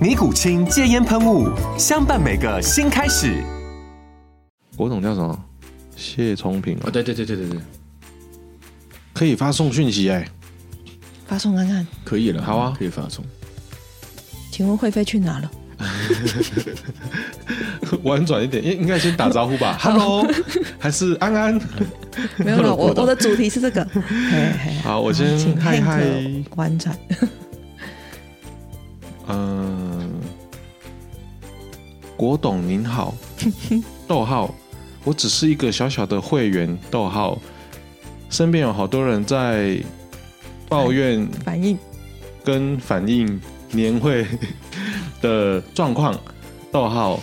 尼古清戒烟喷雾，相伴每个新开始。国董叫什么？谢聪平哦，哦，对对对对对对，可以发送讯息哎、 发送看看，可以了，好啊可以发送。请问惠妃去哪了？婉转一点，应应该先打招呼 吧，Hello，还是安安？ 没有了，我我的主题是这个。嘿嘿好我先请嗨 Hank 嗨婉转。嗯，国董您 好，逗号，我只是一个小小的会员，逗号，身边有好多人在抱怨反应跟反映年会 的状况。逗号，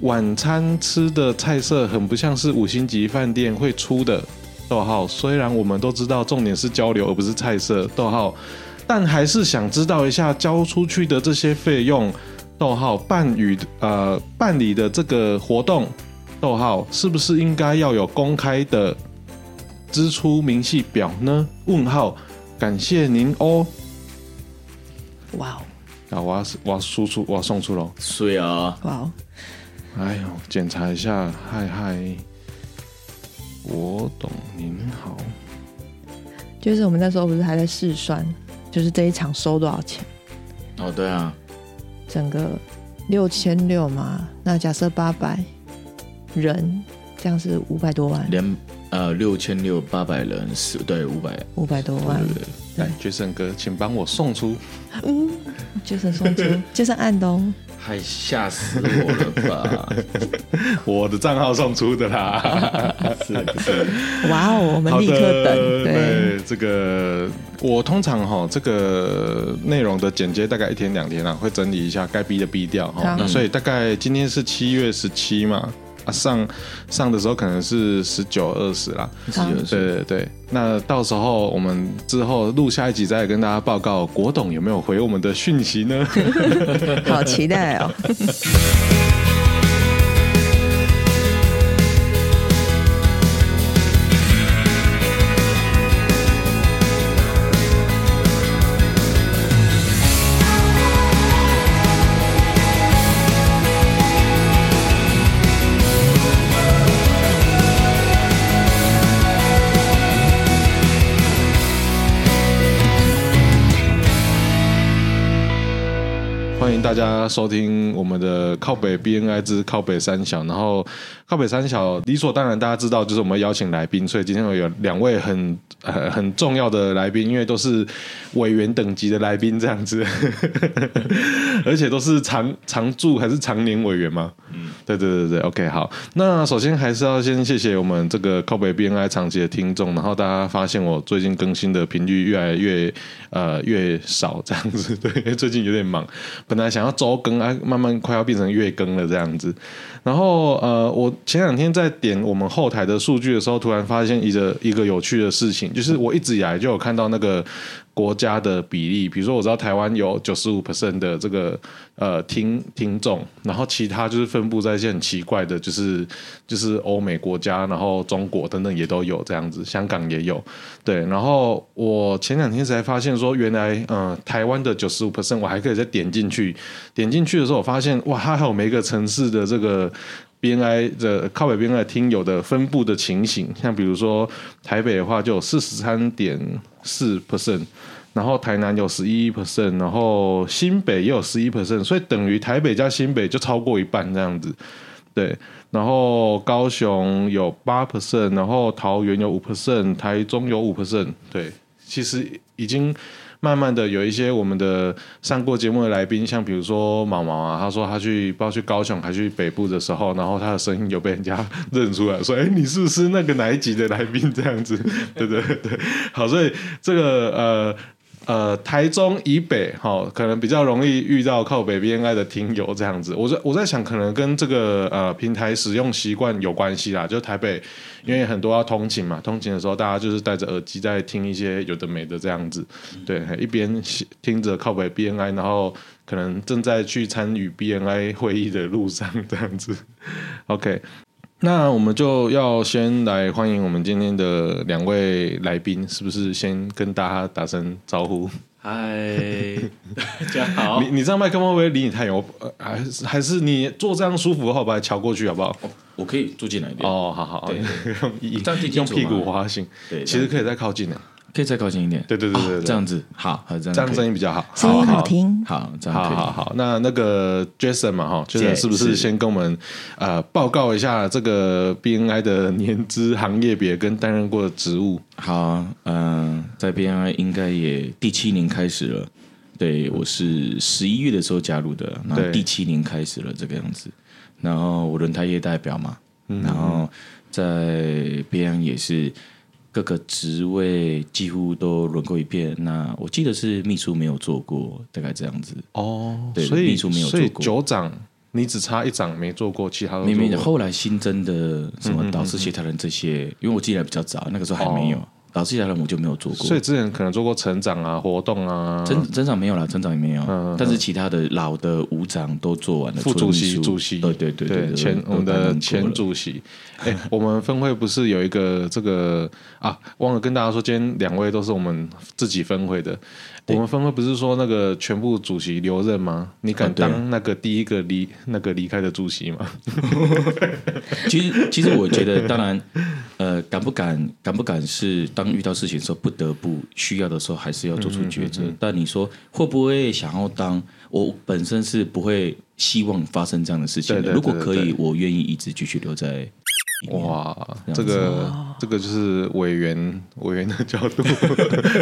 晚餐吃的菜色很不像是五星级饭店会出的。逗号，虽然我们都知道重点是交流而不是菜色。逗号，但还是想知道一下交出去的这些费用。逗号，办与呃办理的这个活动。逗号，是不是应该要有公开的支出明细表呢？问号，感谢您哦。哇哦啊，我要我要输出，我要送出喽！所以啊，哇哦，哎呦，检查一下，嗨嗨，我懂您好，就是我们那时候不是还在试算，就是这一场收多少钱？哦对啊，整个六千六嘛，那假设八百人，这样是五百多万，两呃六千六八百人是，对五百，五百多对万对，对，来，决胜哥，请帮我送 出。就是送出，就是暗东，还吓死我了吧？ 我的账号送出的啦。哇哦， 我们好立的，刻等，对，对这个，我通常哈、这个内容的剪接大概一天两天啊，会整理一下该逼的逼掉哈、好嗯那所以大概今天是七月十七嘛，啊上上的时候可能是十九二十啦。好，对对对，那到时候我们之后录下一集再来跟大家报告国董有没有回我们的讯息呢？好期待哦，欢迎大家收听我们的靠北 BNI 之靠北三小，然后靠北三小理所当然大家知道就是我们邀请来宾，所以今天有两位很很很重要的来宾，因为都是委员等级的来宾这样子，而且都是常常驻还是常年委员嘛。嗯，对对对对，OK 好。那首先还是要先谢谢我们这个靠北 BNI 长期的听众，然后大家发现我最近更新的频率越来越呃越少这样子，对，因 为最近有点忙，本来想要周更啊，慢慢快要变成月更了这样子。然后呃，我前两天在点我们后台的数据的时候，突然发现一个一个有趣的事情，就是我一直以来就有看到那个国家的比例，比如说我知道台湾有九十五 percent 的这个呃听听众，然后其他就是分布在一些很奇怪的，就是就是欧美国家，然后中国等等也都有这样子，香港也有。对，然后我前两天才发现说，原来嗯、呃台湾的九十五 percent 我还可以再点进去，点进去的时候，我发现哇，它还有每一个城市的这个 BNI 的靠北 BNI 听友的分布的情形，像比如说台北的话就有四十三点四 percent。然后台南有十一 percent，然后新北也有十一 percent，所以等于台北加新北就超过一半这样子。对，然后高雄有八 percent，然后桃园有五 percent，台中有五 percent，对，其实已经慢慢的有一些我们的上过节目的来宾，像比如说毛毛啊，他说他去不知道去高雄还去北部的时候，然后他的声音有被人家认出来，说哎你是不是那个哪一集的来宾这样子？对对对，好，所以这个呃。呃，台中以北，哈、可能比较容易遇到靠北 BNI 的听友这样子。我在我在想，可能跟这个呃平台使用习惯有关系啦。就台北，因为很多要通勤嘛，通勤的时候大家就是戴着耳机在听一些有的没的这样子，对，一边听着靠北 BNI，然后可能正在去参与 BNI 会议的路上这样子。OK，那我们就要先来欢迎我们今天的两位来宾，是不是先跟大家打声招呼？嗨，大家好你，你这样麦克风会不会离你太远？我呃还是还是你坐这样舒服的话，我把它调过去好不好？我可以住进来一点，哦，好好，对 用一这样听用清楚吗屁股滑行，对其实可以再靠近的，可以再靠近一点，对对对对哦对这样子好，好这样这样可声以音比较好，声音好听，好，这样好可以，好好，那那个 Jason 嘛，哈，Jason 对是不是是先跟我们呃报告一下这个 BNI 的年资、行业别跟担任过的职务？好，嗯、在 BNI 应该也第七年开始了。对，我是十一月的时候加入的，对那第七年开始了这个样子。然后我轮胎业代表嘛，嗯然后在 BNI 也是各个职位几乎都轮过一遍。那我记得是秘书没有做过，大概这样子。哦，对所以秘书没有所以做过九长你只差一长没做过，其他都明明哦做过。嗯后来新增的什么导师协调人这些，因为我进来比较早，那个时候还没哦有、导师协调人，我就没有做过。所以之前可能做过成长啊、活动啊、增增长没有啦，增长也没有，但是其他的老的五长都做完了，嗯副除主了席、秘书主席，对对对对，前都我们都担任的过前了主席。哎，我们分会不是有一个这个啊？忘了跟大家说，今天两位都是我们自己分会的。我们分会不是说那个全部主席留任吗？你敢啊对啊当那个第一个离那个离开的主席吗？其实其实我觉得，当然， 呃，敢不敢敢不敢是当遇到事情的时候，不得不需要的时候，还是要做出抉嗯择。但你说会不会想要当？我本身是不会希望发生这样的事情的。对对对如果可对以，我愿意一直继续留在。哇，这这样子个哦这个就是委员 委员的角 度，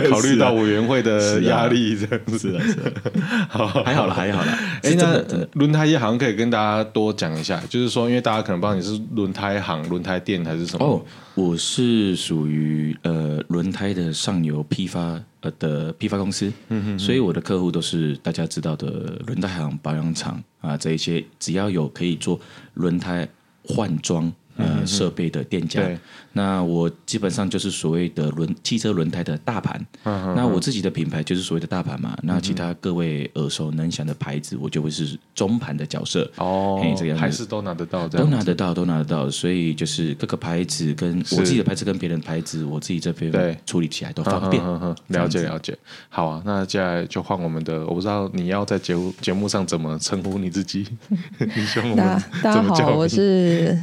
考虑到委员会的压力啊这样子。 好，还 好了，还好了，哎哎，，真那的真的，轮胎业行可以跟大家多讲一下，就是说，因为大家可能不知道你是轮胎行、轮胎店还是什么。哦，我是属于呃轮胎的上游批发呃的批发公司，嗯哼所以我的客户都是大家知道的轮胎行、保养厂啊这一些，只要有可以做轮胎换装呃设备的店家，对那我基本上就是所谓的轮汽车轮胎的大盘。那我自己的品牌就是所谓的大盘嘛，那其他各位耳熟能详的牌子，我就会是中盘的角色哦嘿这个样子还是都拿得到这都样。拿得到，都拿得到，所以就是各个牌子跟我自己的牌子跟别人的牌子，我自己这对边处理起来都方便。嗯嗯，了解了解。好啊，那接下来就换我们的，我不知道你要在节目节目上怎么称呼你自己， 你希望我大们大怎家么叫好，你我是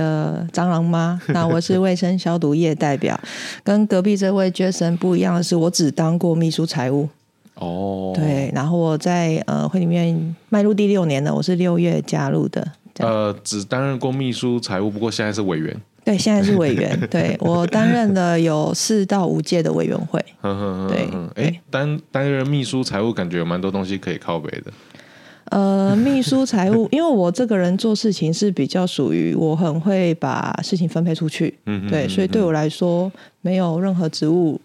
呃蟑螂妈，那我是卫生消毒业代表。跟隔壁这位 Jason 不一样的是，我只当过秘书财务，哦，对，然后我在呃会里面迈入第六年了，我是六月加入的。这样呃，只担任过秘书、财务，不过现在是委员。对，现在是 委员，对我担任了有四到五届的委员会。呵呵呵对呵对哎，担担任秘书、财务，感觉有蛮多东西可以靠北的。呃，秘书财务，因为我这个人做事情是比较属于我很会把事情分配出去，嗯对，所以对我来说没有任何职务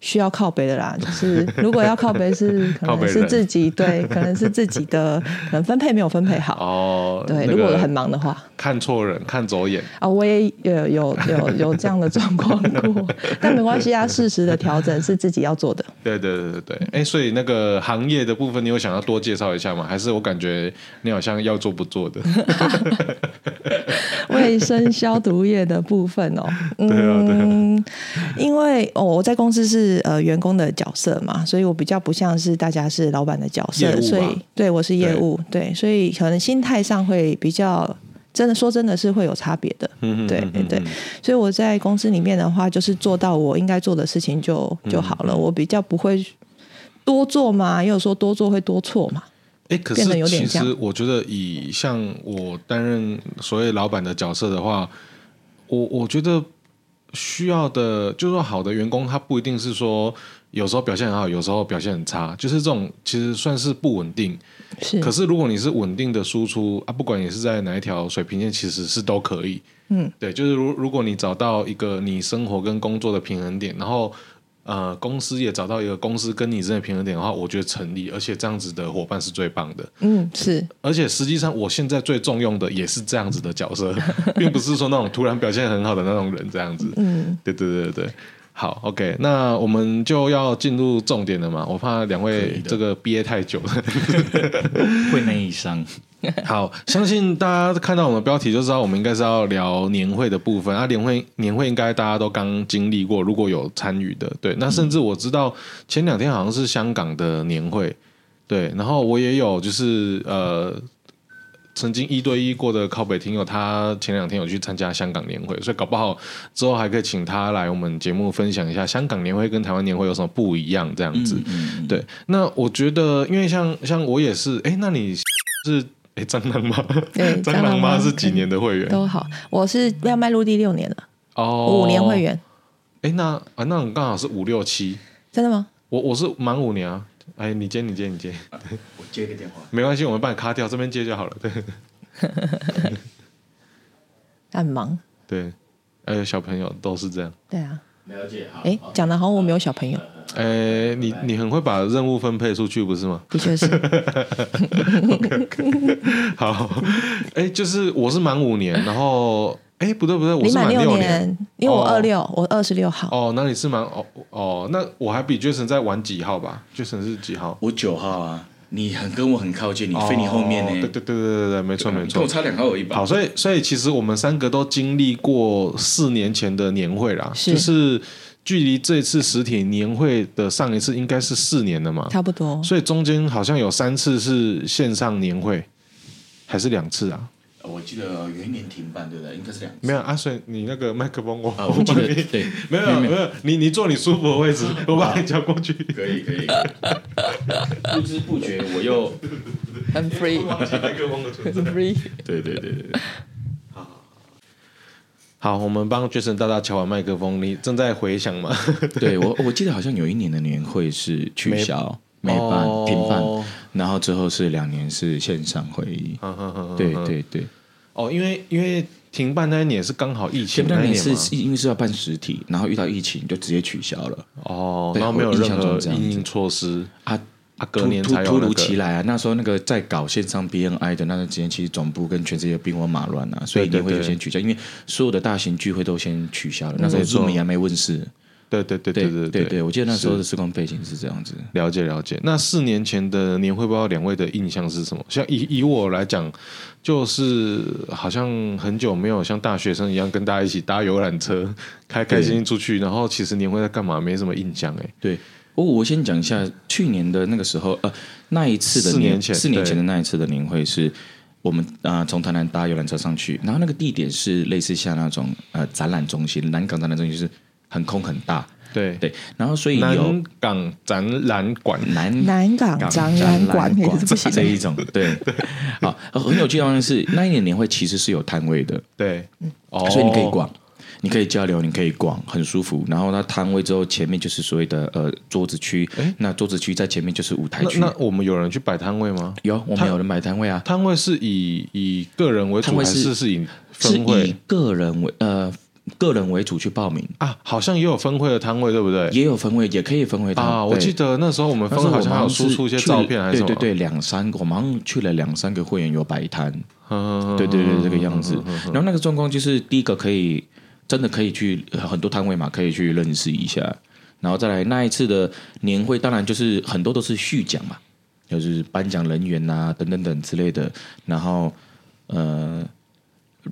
需要靠北的啦。就是如果要靠北是可靠北能人是自己对，可能是自己的可能分配没有分配好。哦，对，那如果个很忙的话看错人、看走眼，啊，我也有有有有这样的状况过， 但没关系啊，适时的调整是自己要做的。对对对对对，哎、所以那个行业的部分，你有想要多介绍一下吗？还是我感觉你好像要做不做的？ 卫生消毒液的部分 哦，啊嗯，因为哦，我在公司是呃员工的角色嘛，所以我比较不像是大家是老板的角业务嘛色，所以对我是业务，对，所以可能心态上会比较。真的说，真的是会有差别的，嗯对对对，所以我在公司里面的话，就是做到我应该做的事情嗯就就好了。我比较不会多做嘛，也有说多做会多错嘛，哎，可变得是有其点实像我觉得，以像我担任所谓老板的角色的话，我我觉得需要的，就是说好的员工，他不一定是说有时候表现很好，有时候表现很差，就是这种其实算是不稳定。是可是如果你是稳定的输出啊，不管你是在哪一条水平线，其实是都可以。嗯，对，就是如如果你找到一个你生活跟工作的平衡点，然后呃，公司也找到一个公司跟你之间的平衡点的话，我觉得成立，而且这样子的伙伴是最棒的。嗯是而且实际上，我现在最重用的也是这样子的角色， 并不是说那种突然表现很好的那种人这样子。嗯，对对对对。好，OK，那我们就要进入重点了嘛，我怕两位这个憋太久了。嗯会内伤。好，相信大家看到我们标题就知道，我们应该是要聊年会的部分啊。年会年会应该大家都刚经历过，如果有参与的，对。那甚至我知道前两天好像是香港的年会，对。然后我也有就是呃，曾经一对一过的靠北听友，他前两天有去参加香港年会，所以搞不好之后还可以请他来我们节目分享一下香港年会跟台湾年会有什么不一样这样嗯子。对，那我觉得因为像像我也是，哎，那你是哎蟑螂妈， 蟑对蟑螂妈妈是几年的会员？都好，我是要迈入第六年了，哦，五年会。员，哎，那啊，那我刚好是五六七，真的吗？我我是满五年啊。哎，你接，你接，你接，啊我接个电话，没关系，我们帮你卡掉，这边接就好了。对很忙，对，哎，小朋友都是这样。对啊，了解好哎，讲的好像我没有小朋友，哎，你你很会把任务分配出去，不是吗？的确是，好，哎，就是我是满五年，然后哎，不对不对，我你是满满六六。年，因为我哦二六，我二十六号，哦，那你是满哦哦，那我还比 Jason 再晚几号吧？Jason 是几号？我九号啊，你很跟我很靠近，你飞你后面呢、啊哦对对对对对对，没错没你错跟我。差两号有一把。好，所以所以其实我们三个都经历过四年前的年会啦，是就是距离这次实体年会的上一次应该是四年了嘛，差不多，所以中间好像有三次是线上年会，还是两次啊？呃我记得有一年停办，对不对？应该是两次没有阿水，你那个麦克风我啊，我记帮得你对，没有没有，你你坐你舒服的位 置，我把你叫过去。可以可以。不知不觉我又很 free，忘记麦克风的存在很 free，对对对对，对好，我们帮 Jason 大大敲完麦克风，你正在回想吗？对我我记得好像有一年的年会是取消没办哦停办，然后之后是两年是线上会议。嗯对对对，哦，因为因为停办那一年是刚好疫情前那半一年年嘛，是因为是要办实体，然后遇到疫情就直接取消了哦，对然后没有我印任象何中这样子应应措施啊。啊，隔突年才有、那突个、突如其来啊！那时候那个在搞线上 BNI 的那段时间，其实总部跟全世界兵荒马乱啊，所以对对年会就对先取消，因为所有的大型聚会都先取消了。那时候没错 Zoom 也还没问世，对对对对对对对，我记得那时候的是时空背景是这样子。了解了解。那四年前的年会，不知道两位的印象是什么？像以以我来讲，就是好像很久没有像大学生一样跟大家一起搭游览车， 开开心心出去，然后其实年会在干嘛没什么印象哎、对，我我先讲一下去年的那个时候，呃，那一次的四年年前四年前对的那一次的年会是。我们啊，呃从台南搭游览车上去，然后那个地点是类似像那种呃展览中心，南港展览中心就是很空很大，对，对，然后所以有南港展览馆南南港展览馆也是不行这一种，对， 好，很有趣的方面是那一年年会其实是有摊位的，对，哦嗯所以你可以逛，你可以交流，你可以逛，很舒服。然后那摊位之后，前面就是所谓的呃桌子区，那桌子区在前面就是舞台哦那区。那我们有人去摆摊位吗？有，我摊们有人摆摊位啊，摊位是以以个人为主，摊还位是是是以是分以会个人为呃个人为主去报名，啊？好像也有分会的摊位，对不对？也有分位，也可以分位摊啊，我对记得那时候我们那分时候会好我像们还有好像输是出一些去了照片还是什么？对对对，两三个，我们好像去了两三个会员有摆摊，嗯，对对对，这个样子。然后那个状况就是，第一个可以真的可以去呃很多摊位嘛，可以去认识一下。然后再来那一次的年会，当然就是很多都是续奖嘛，就是颁奖人员呐、等等等之类的。然后呃，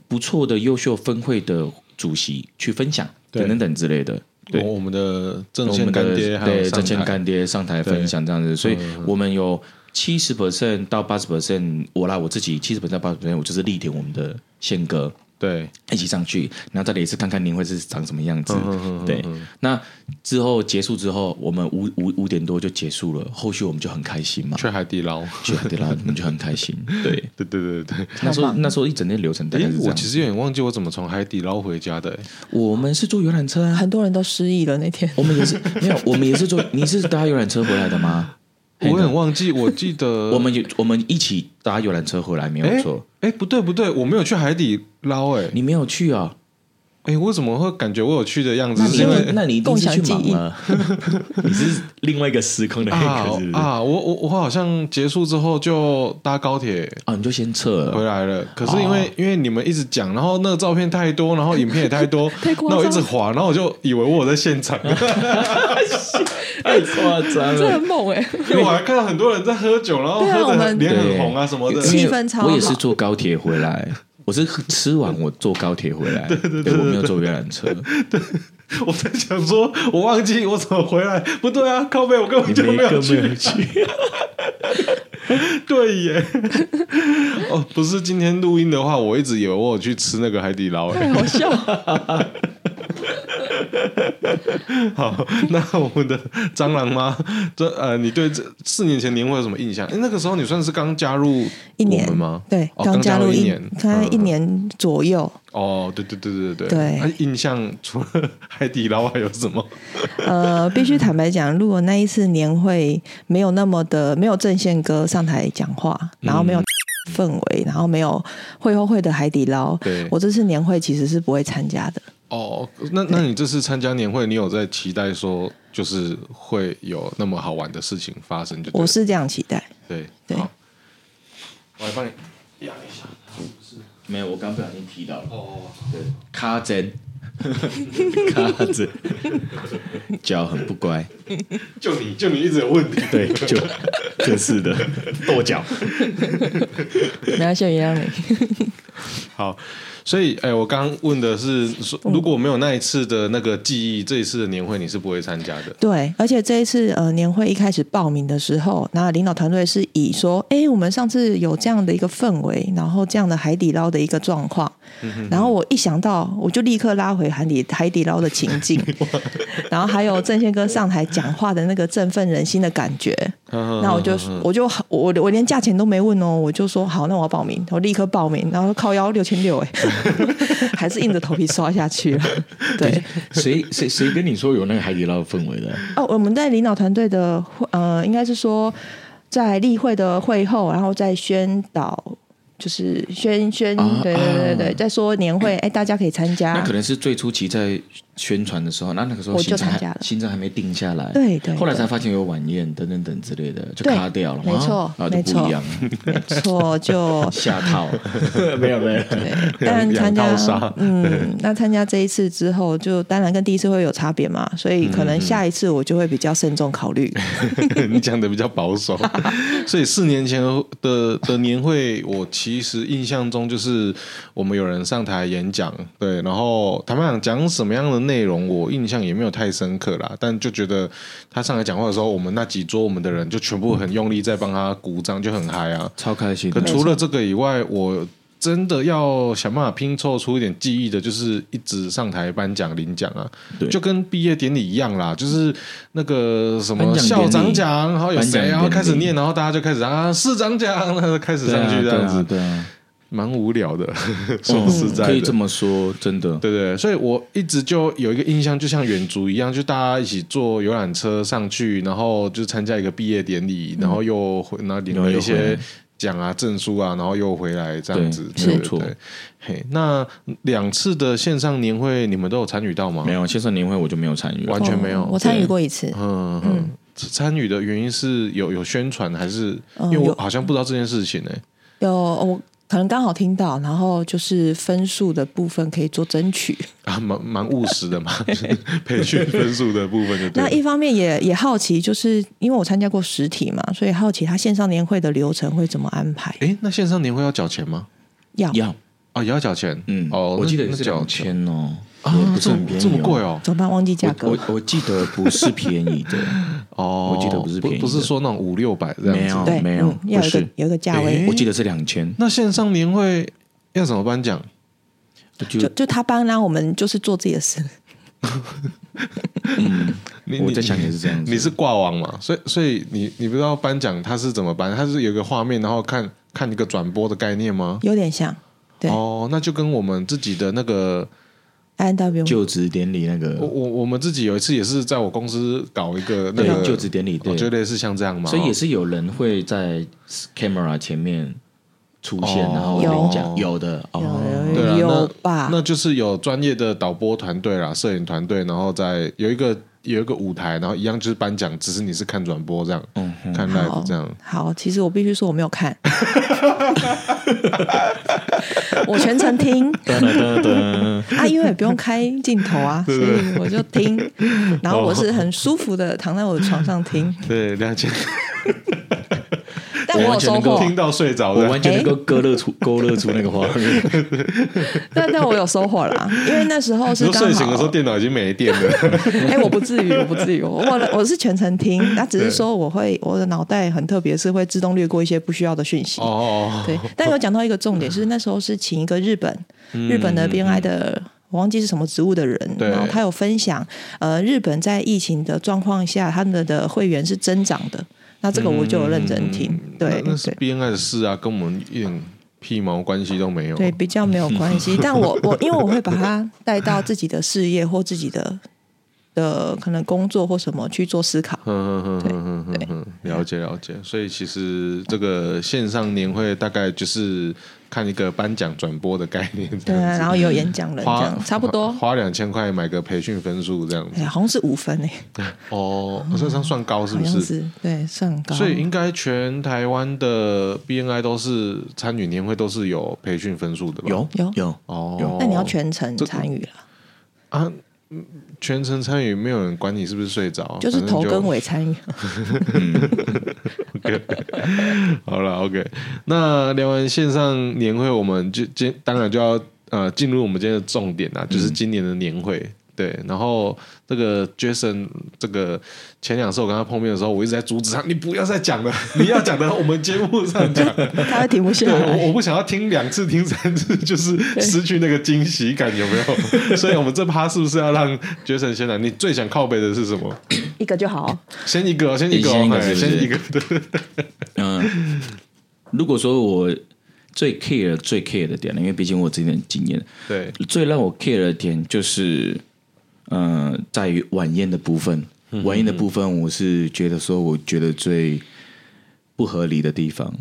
不错的优秀分会的主席去分享，对等等等之类的。对我我们的我正们线的干爹还有对上台正嗯千干爹上台分享这样子，所以我们有七十 percent 到八十 percent，我啦我自己七十 percent 八十 percent，我就是力挺我们的宪哥。对，一起上去，然后再来一次看看您会是长什么样嗯子。对，那之后结束之后，我们五五五点多就结束了，后续我们就很 开心嘛，去海底 捞。去海底捞我们就很开心。对，对对对对。那时候那时候一整天流程大概诶是，这我样其。实有点忘记我怎么从海底捞回家的、诶我们是坐游览车啊，很多人都失忆了那天。我们也是没有，我们也是坐，你是搭游览车回来的吗？我有点忘记，我记得 我们有我们一起搭游览车回来，没有哎错。哎、不对不对，我没有去海底捞哎、诶你没有去啊？哎、我怎么会感觉我有去的样子？那是你因一为 定那你一定是去共享忙啊哦记忆了， 你是另外一个时空的啊黑客，是不是？啊，我我我好像结束之后就搭高铁哦，你就先撤了回。来了。可是因为、因为你们一直讲，然后那个照片太多，然后影片也太多，那我一直滑，然后我就以为我在现场，太夸张 这很猛哎、因为我还看到很多人在喝酒，然后对啊喝我的们脸很红啊什么的。对气氛超好我也是坐高铁回来，我是吃完我坐高铁回 来，对对对，我没有坐游览 车， 我在想说，我忘记我怎么回来，不对啊，靠背我根本你就没没有跟 没去，有去。 对耶。 哦，不是今天录音的话，我一直以为我有去吃那个海底捞、欸。太好笑了！好，那我们的蟑螂妈，这呃，你对这四年前年会有什么印象？哎，那个时候你算是刚加入一我年们吗？对，哦刚刚加入一一年，才一嗯。年左右。哦，对对对对对对啊印象除了海底捞还有什么？ 呃，必须坦白讲，如果那一次年会没有那么的，没有郑宪哥上台讲话，然后没有、嗯 氛围，然后没有会后会的海底捞对，我这次年会其实是不会参加的。哦，那那你这次参加年会，你有在期待说就是会有那么好玩的事情发生就对了？我是这样期待。对对好，我来帮你压一下。没有，我刚不小心踢到了，哦，卡针， 卡针， 脚很不乖，就你就你一直有问题。对， 就真是 的，跺脚。没关系，原谅你。好，所以哎、我刚刚问的是说，如果没有那一次的那个记忆，这一次的年会你是不会参加的。 对，而且这一次呃年会一开始报名的时候，那领导团队是以说，哎、我们上次有这样的一个氛围，然后这样的海底捞的一个状况，然后我一想到，我就立刻拉回海底海底捞的情境，然后还有郑宪哥上台讲话的那个振奋人心的感觉，那那我就我就我我连价钱都没问哦，我就说好，那我要报名，我立刻报名，然后靠腰六千六哎， 还是硬着头皮刷下去了。对，谁谁谁跟你说有那个海底捞的氛围的？哦，我们在领导团队的会呃，应该是说在例会的会后，然后再宣导。就是宣宣，啊对对对对啊对，再说年会，哎，大家可以参那加可，能是最初期在宣传的时候，那那个时候我就行程参加还了行程还没定下来，对对后来才发现有晚宴等等等之类的，就对卡掉了，没错然后就不一 样，没错，就 下 套没有没有，对。但两参加套杀，嗯，那参加这一次之后，就当然跟第一次会有差别嘛，所以可能下一次我就会比较慎重考嗯虑。你讲的比较保守，所以四年前的的年会，我其实印象中就是我们有人上台演讲，对，然后坦白讲讲什么样的内容，我印象也没有太深刻啦，但就觉得他上来讲话的时候，我们那几桌我们的人就全部很用力在帮他鼓掌，就很嗨啊。超开心可的。除了这个以外，我真的要想办法拼凑出一点记忆的，就是一直上台颁奖领奖啊，对就跟毕业典礼一样啦，就是那个什么颁奖典校礼长奖，然后有颁奖谁，然后典礼开始念，然后大家就开始啊市长奖，然后开始对上啊去这样子，对啊对啊，嗯蛮无聊的，说实在的，哦可以这么说，真的。对对，所以我一直就有一个印象，就像远足一样，就大家一起坐游览车上去，然后就参加一个毕业典礼，然后又回，然后领了一然后又回些来奖啊、证书啊，然后又回来这样子，对对没错对。嘿，那两次的线上年会，你们都有参与到吗？没有线上年会我就没有啊参与了完，全没有哦我参与过一次，嗯嗯。参与的原因是有有宣传，还是因哦嗯为我有好像不知道这件事情呢、欸有哦我可能刚好听到，然后就是分数的部分可以做争取。啊，蛮蛮务实 的嘛， 就是培训分数的部分就对那了。一方面也也好奇，就是因为我参加过实体嘛，所以好奇他线上年会的流程会怎么安排？哎，那线上年会要缴钱吗？要要哦，也要缴钱，嗯，哦，我那记得也那是缴两钱千哦，啊也，不是这很么便宜，这么贵。哦，怎么办？忘记价我格我我记得不是便宜的，哦，我记得不是便宜的不是说那种五六百这没样有子。对，没有嗯、要有不一是个有一个价位诶我记得是两千。那线上年会要怎么颁奖？就就就他帮让我们就是做自己的事。你我你在想也是这样子你是挂网嘛？所以所以你你不知道颁奖它是怎么颁？它是有一个画面，然后看看一个转播的概念吗？有点像，对哦，那就跟我们自己的那个， ，N W 就职典礼那个我，我我们自己有一次也是在我公司搞一个那对个哦就职典礼对我觉得是像这样嘛，所以也是有人会在 camera 前面出现，哦然后领奖，有的哦，对啊有有吧那，？那就是有专业的导播团队啦、摄影团队，然后再有一个有一个舞台，然后一样就是颁奖，只是你是看转播这样，嗯看 live 这样。好，其实我必须说我没 有看，我全程听 噔噔噔，啊，因为也不用开镜 头啊，所以我就听，然后我是很舒服的躺在我的床上听，对，了解。但我有收获，听到睡着我的完，全能够勾勒出勾勒出那个画面，但但我有收获啦，因为那时候你是说刚睡醒的时好候，电脑已经没电了。哎、我不至于，我不至于，我我我是全程听，那只是说我会我的脑袋很特别，是会自动略过一些不需要的讯息。哦，对，但有讲到一个重点，是那时候是请一个日本日本的 BNI 的。我忘记是什么职务的人，对然后他有分享，呃，日本在疫情的状况下，他们的会员是增长的。那这个我就有认真听，对那那是对 B N I 的事啊，跟我们一点屁毛关系都没有。对，比较没有关系。但我我因为我会把它带到自己的事业或自己的的可能工作或什么去做思考。嗯嗯嗯嗯嗯嗯，了解了解。所以其实这个线上年会大概就是看一个颁奖转播的概念，对啊，然后也有演讲人这花样，差不多花。 花两千块买个培训分数这样哎子。呀，好像是五分诶、哦，这样算高是好不像是？是对，算很高。所以应该全台湾的 BNI 都是参与年会都是有培训分数的吧？有有有哦，但你要全程参与了，啊，嗯全程参与，没有人管你是不是睡着，啊就是哦反正头跟尾参与。 好了，OK。那聊完线上年会，我们就今当然就要呃进入我们今天的重点嗯啦，就是今年的年会。对，然后这个 Jason，这个前两次我跟他碰面的时候，我一直在阻止他，你不要再讲 了，你要讲的我们节目上讲。他会停不下对，我来。我不想要听两次、听三次，就是失去那个惊喜感，有没 有？所以，我们这趴是不是要让 Jason 先来？你最想靠背的是什么？一个就好，先一个，先一个先一哦，个哎是不是先一个，对嗯，如果说我最 care 最 care 的点了，因为毕竟我有这点经验，对，最让我 care 的点就是，呃，在于晚宴的部分。嗯晚宴的部分，我是觉得说，我觉得最不合理的地方，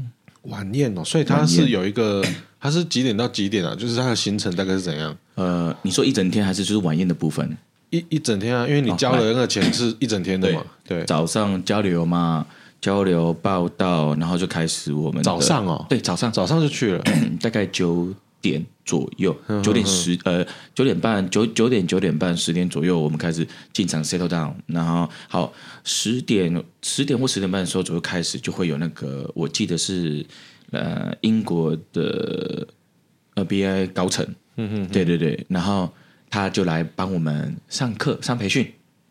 晚宴哦，所以他晚是宴有一 个，他是几点到几点啊？就是他的行程大概是怎样？呃，你说一整天还是就是晚宴的部分？一一整天啊，因为哦你交了那个钱是一整天的嘛，对，早上交流嘛，交流报道，然后就开始我们的早上哦对，早上早早上就去 了，大概九点左右，九点十呃九点半九九点九点半十点左右，我们开始进场 settle down，然后好十点十点或十点半的时候左右开始就会有那个，我记得是呃英国的呃 BI 高层，嗯嗯，对对对，然后他就来帮我们上课上培训，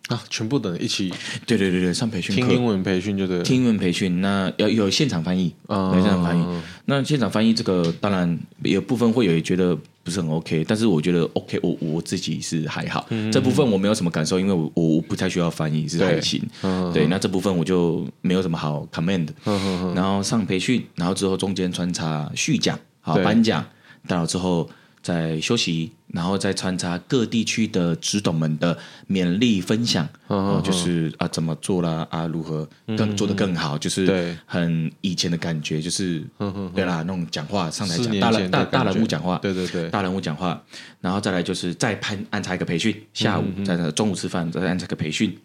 啊，全部的人一起对对对对，上培训听课英文培训就对了，听英文培训，那要有现场翻译，哦有现场翻译。那现场翻译这个当然有部分会有觉得不是很 OK，但是我觉得 OK，我我自己是还好，这部分我没有什么感受，因为我我我不太需要翻译，是还行。对，那这部分我就没有什么好 comment 的。嗯然后上培训，然后之后中间穿插续讲，好对颁奖，到了之后再休息，然后再穿插各地区的职董们的勉励分享，嗯哦就是啊怎么做啦，啊如何更做得更好，就是对嗯很以前的感觉，就是对啦，那种讲话上台四讲年大人前的大感觉大人物讲话，对对对大人物讲话，然后再来就是再攀安插一个培嗯训，下午再中午吃饭再安插一个培训，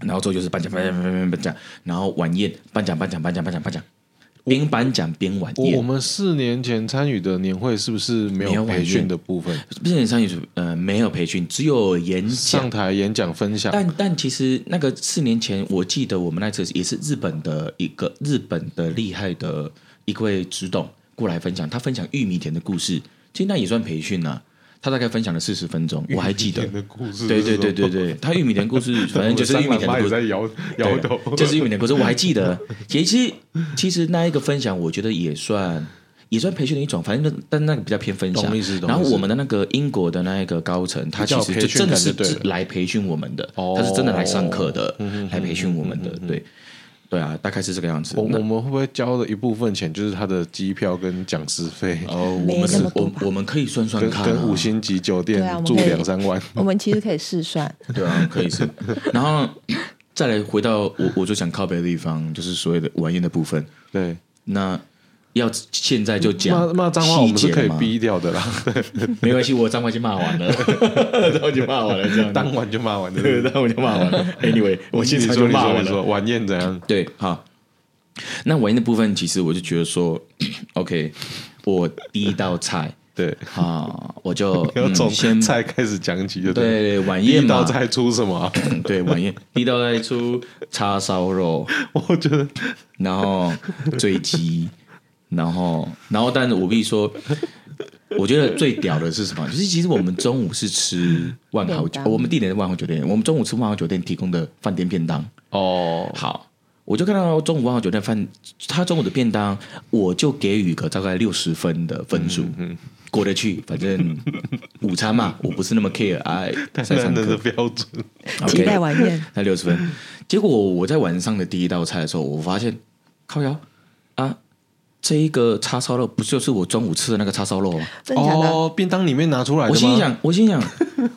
然后之后就是颁奖颁奖颁奖颁奖颁奖，然后晚宴颁奖颁奖颁奖颁奖颁奖，边颁奖边晚我我宴。们四年前参与的年会是不是没没有有培晚宴训的部分？不是上一组，呃，没有培训，只有演讲上。台演讲分享，但但其实那个四年前，我记得我们那次也是日本的一个日本的厉害的一位直董过来分享，他分享玉米田的故事，其实那也算培训呐、他大概分享了四十分钟，我还记 得玉米。田的故事，对对对对 对，他玉米田故事，反正就是玉米田的故也事在。摇对摇啊头， 就是玉米田故事，我还记得。其实其实那一个分享，我觉得也算也算培训的一种，反正那但那个比较偏分享懂意思。懂意思然后我们的那个英国的那一个高层，他其较实培就训真的感是就对了来培训我们的，哦他是真的来上课的，来培训我们的。对，对啊，大概是这个样子。我那我们会不会交的一部分钱就是他的机票跟讲师费，哦，没我们那是么多我吧我们可以算算跟看啊，跟五星级酒店对啊我们住可以两三 万？我们其实可以 试算，对啊，可以是。 然后再来回到我，我就想靠北的地方，就是所谓的晚宴的部分。对，那要现在就讲骂骂脏话我们是可以细节吗逼掉的 啦，没关系，我脏话已经骂完 了，脏话已经骂完了，这样 当晚就骂完对，了。然后我就骂完了。Anyway，我现你在说就你骂说你完了。说晚宴怎样？对，好。那晚宴的部分，其实我就觉得说，OK，我第一道菜对，啊，我就、 要嗯从先菜开始讲起就了。对晚第宴一道嘛，菜出什么啊？ 对晚宴，第一道菜出叉烧肉，我觉得然后醉鸡，然后然后，但是我必须说，我觉得最屌的是什么？就是其实我们中午是吃万豪便酒，当我们地点是万豪酒店，我们中午吃万豪酒店提供的饭店便当。哦，好，我就看到中午万豪酒店饭，他中午的便当，我就给予个大概六十分的分数，过得去。反正午餐嘛，我不是那么 care 啊，但在是上那是课标准， OK 期待晚宴。才六十 分。结果我在晚上的第一道菜的时候，我发现靠腰啊，这一个叉烧肉不就是我中午吃的那个叉烧肉吗？真的假的？，哦便当里面拿出来的我啊吗心里想，我心里 想，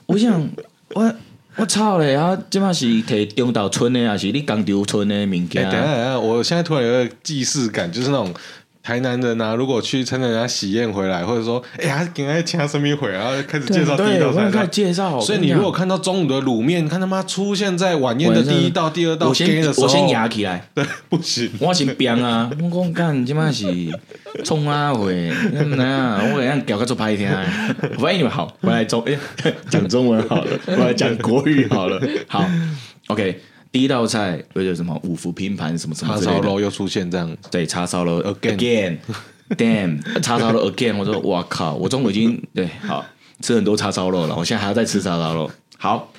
我心想，我我操嘞啊！这嘛是摕中岛村的，还是你港丢村的物哎、件？等一下，等一下，我现在突然有一个既视感，就是那种台南人啊，如果去参加人家喜宴回来，或者说，哎、呀，给人家请什么回来，然后开始介绍第一对，道我菜有这看样。介绍，所以我跟你讲如果看到中午的卤面，看他妈出现在晚宴的第一道、第二道我 gay 先的时候，我先压起来，对，不行，我先变啊！ 我讲干，即摆是冲啊会，你知啊？我会样搞个做歹听的。反正你们好，我来 中哎讲中文好了，我来讲国语好了。好，OK，第一道菜有点什么五福拼盘什么什么叉之类烧的，肉又出现这样，对，叉烧肉 Again again，damn，叉烧肉 again，我说哇靠，我中午已经对好吃很多叉烧肉了，我现在还要再吃叉烧肉。好，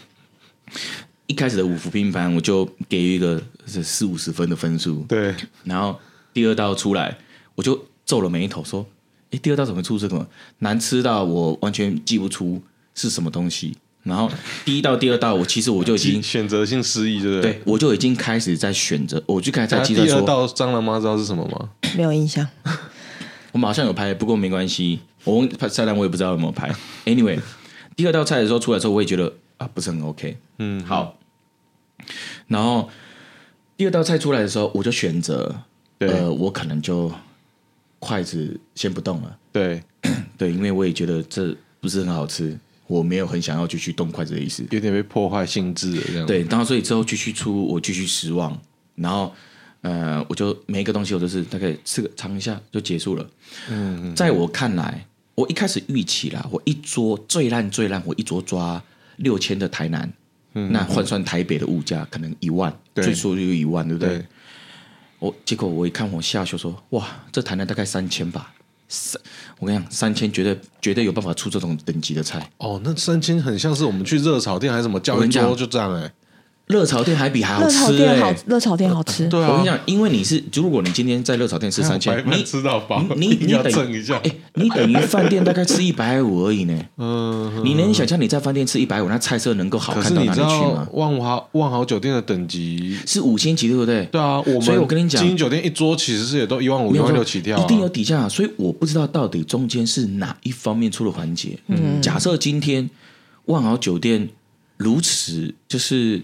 一开始的五福拼盘我就给予一个是四五十分的分数，对，然后第二道出来，我就皱了眉头说：“诶，第二道怎么出这个？难吃到我完全记不出是什么东西。”然后第一道、第二道，我其实我就已经选择性失忆，对不对？对我就已经开始在选择，我就开始在那计第算二说，道蟑螂妈知道是什么吗？没有印象。我们好像有拍，不过没关系，我问拍菜单我也不知道有没有拍。Anyway，第二道菜的时候出来之后，我也觉得啊不是很 OK。嗯，好。然后第二道菜出来的时候，我就选择，对、呃，我可能就筷子先不动了。对，对，因为我也觉得这不是很好吃，我没有很想要继续动筷子的意思。有点被破坏性质了这样。，对，然后所以之后继续出，我继续失望，然后呃，我就每一个东西我都是大概吃个尝一下就结束了。嗯，在我看来，我一开始预期啦，我一桌最烂最烂，我一桌抓六千的台南，那换算台北的物价可能一万，对最多就一万，对不对？对我结果我一看，我下修说，哇，这台南大概三千吧。三，我跟你讲，三千绝对绝对有办法出这种等级的菜。哦，那三千很像是我们去热炒店还是什么我叫一跟你讲桌就这样哎、热炒店还比还好热吃、欸，炒店好，热炒店好吃。对啊，我跟你讲，因为你是，就如果你今天在热炒店吃三 千白，饭你吃到饱 你一你定你要等蹭一下哎、你等于饭店大概吃一百五而已呢。嗯，你能想象你在饭店吃一百五，那菜色能够好可看是到你哪里知去道吗？万豪万豪酒店的等级？是五星级，对不对？对啊，我们所以我跟你讲经营酒店一桌其实是也都一万五、一没有万说六起跳、啊，一定有底价、所以我不知道到底中间是哪一方面出了环节。嗯，假设今天万豪酒店如此就是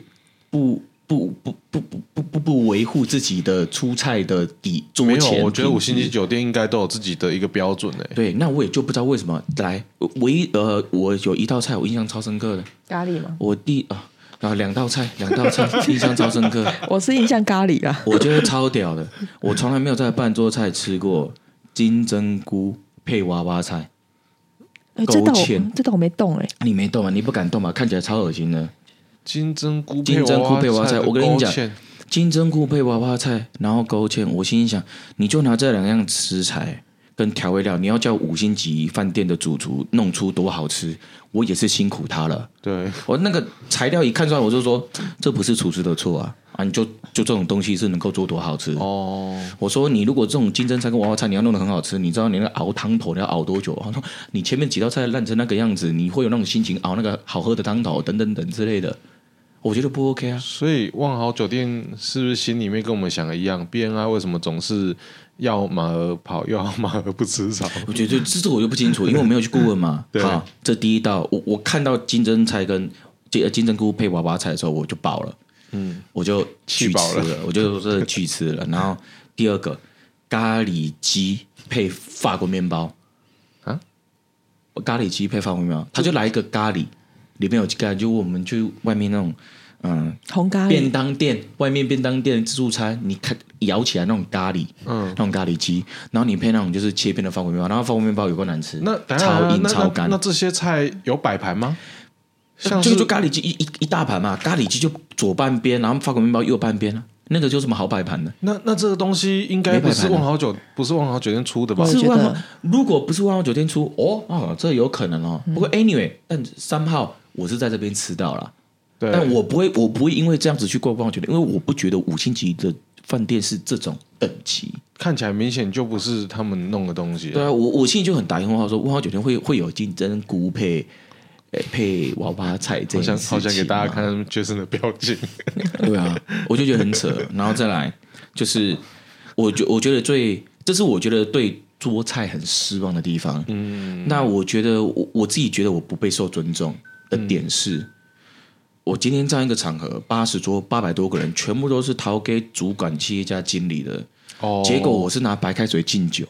不不不不不不不不维护自己的出菜的底桌没有前，我觉得品五质星级酒店应该都有自己的一个标准欸诶、对，那我也就不知道为什么来，我唯一呃，我有一道菜我印象超深刻的，咖喱吗？我第啊啊两道菜，两道菜印象超深刻，我是印象咖喱啦。我觉得超屌的，我从来没有在半桌菜吃过金针菇配娃娃菜，哎，这道勾芡我这道我没动哎。你没动啊？你不敢动啊？看起来超恶心的，金针菇金针菇配娃娃菜的我跟你讲勾芡金针菇配娃娃菜，然后勾芡，我心里想，你就拿这两样食材。跟调味料，你要叫五星级饭店的主厨弄出多好吃，我也是辛苦他了。对我那个材料一看出来，我就说这不是厨师的错啊，啊，你就就这种东西是能够做多好吃哦，我说你如果这种金针菜跟娃娃菜你要弄得很好吃，你知道你那个熬汤头你要熬多久？啊他说你前面几道菜烂成那个样子，你会有那种心情熬那个好喝的汤头等等等之类的，我觉得不 OK 啊。所以万豪酒店是不是心里面跟我们想的一样？BNI 为什么总是要马儿跑，又要马儿不吃草？ 我觉得这这我就不清楚，因为我没有去顾问嘛。嗯对好，这第一道我我看到金针菜跟金呃金针菇配娃娃菜的时候，我就饱了，嗯，我就气去饱吃了了，我 就真的去吃了。然后第二个咖喱鸡配法国面包啊，咖喱鸡配法国面包，他就来一个咖喱，里面有咖喱，就我们去外面那种嗯红哎咖便喱，当店，外面便当店自助餐，你看舀起来那种咖喱，嗯，那种咖喱鸡，然后你配那种就是切片的法国面包，然后法国面包有够难吃，那等一下超硬那超那干呃那，这些菜有摆盘吗？像这是个就咖喱鸡一一一大盘嘛，咖喱鸡就左半边，然后法国面包右半边啊，那个就有什么好摆盘的？那那这个东西应该不是没摆盘啊万豪酒，不是万豪酒店出的吧我？是觉万得豪，如果不是万豪酒店出，哦哦，这有可能嗯哦。不过 anyway，但三号我是在这边吃到了。对，但我不会，我不会因为这样子去怪万豪酒店，因为我不觉得五星级的饭店是这种等级。看起来明显就不是他们弄的东西、对啊，我我心里就很打一个问号，说万豪酒店会会有金针菇配。呃配娃娃菜这好件想事情好想给大家吗，看杰森的表情。 对啊，我就觉得很扯。然后再来就是，我觉我觉得最，这是我觉得对桌菜很失望的地方。嗯，那我觉得我我自己觉得我不备受尊重的点是，我今天这样一个场合，八十桌八百多个人，全部都是投给主管、企业家、经理的，哦结果我是拿白开水敬酒。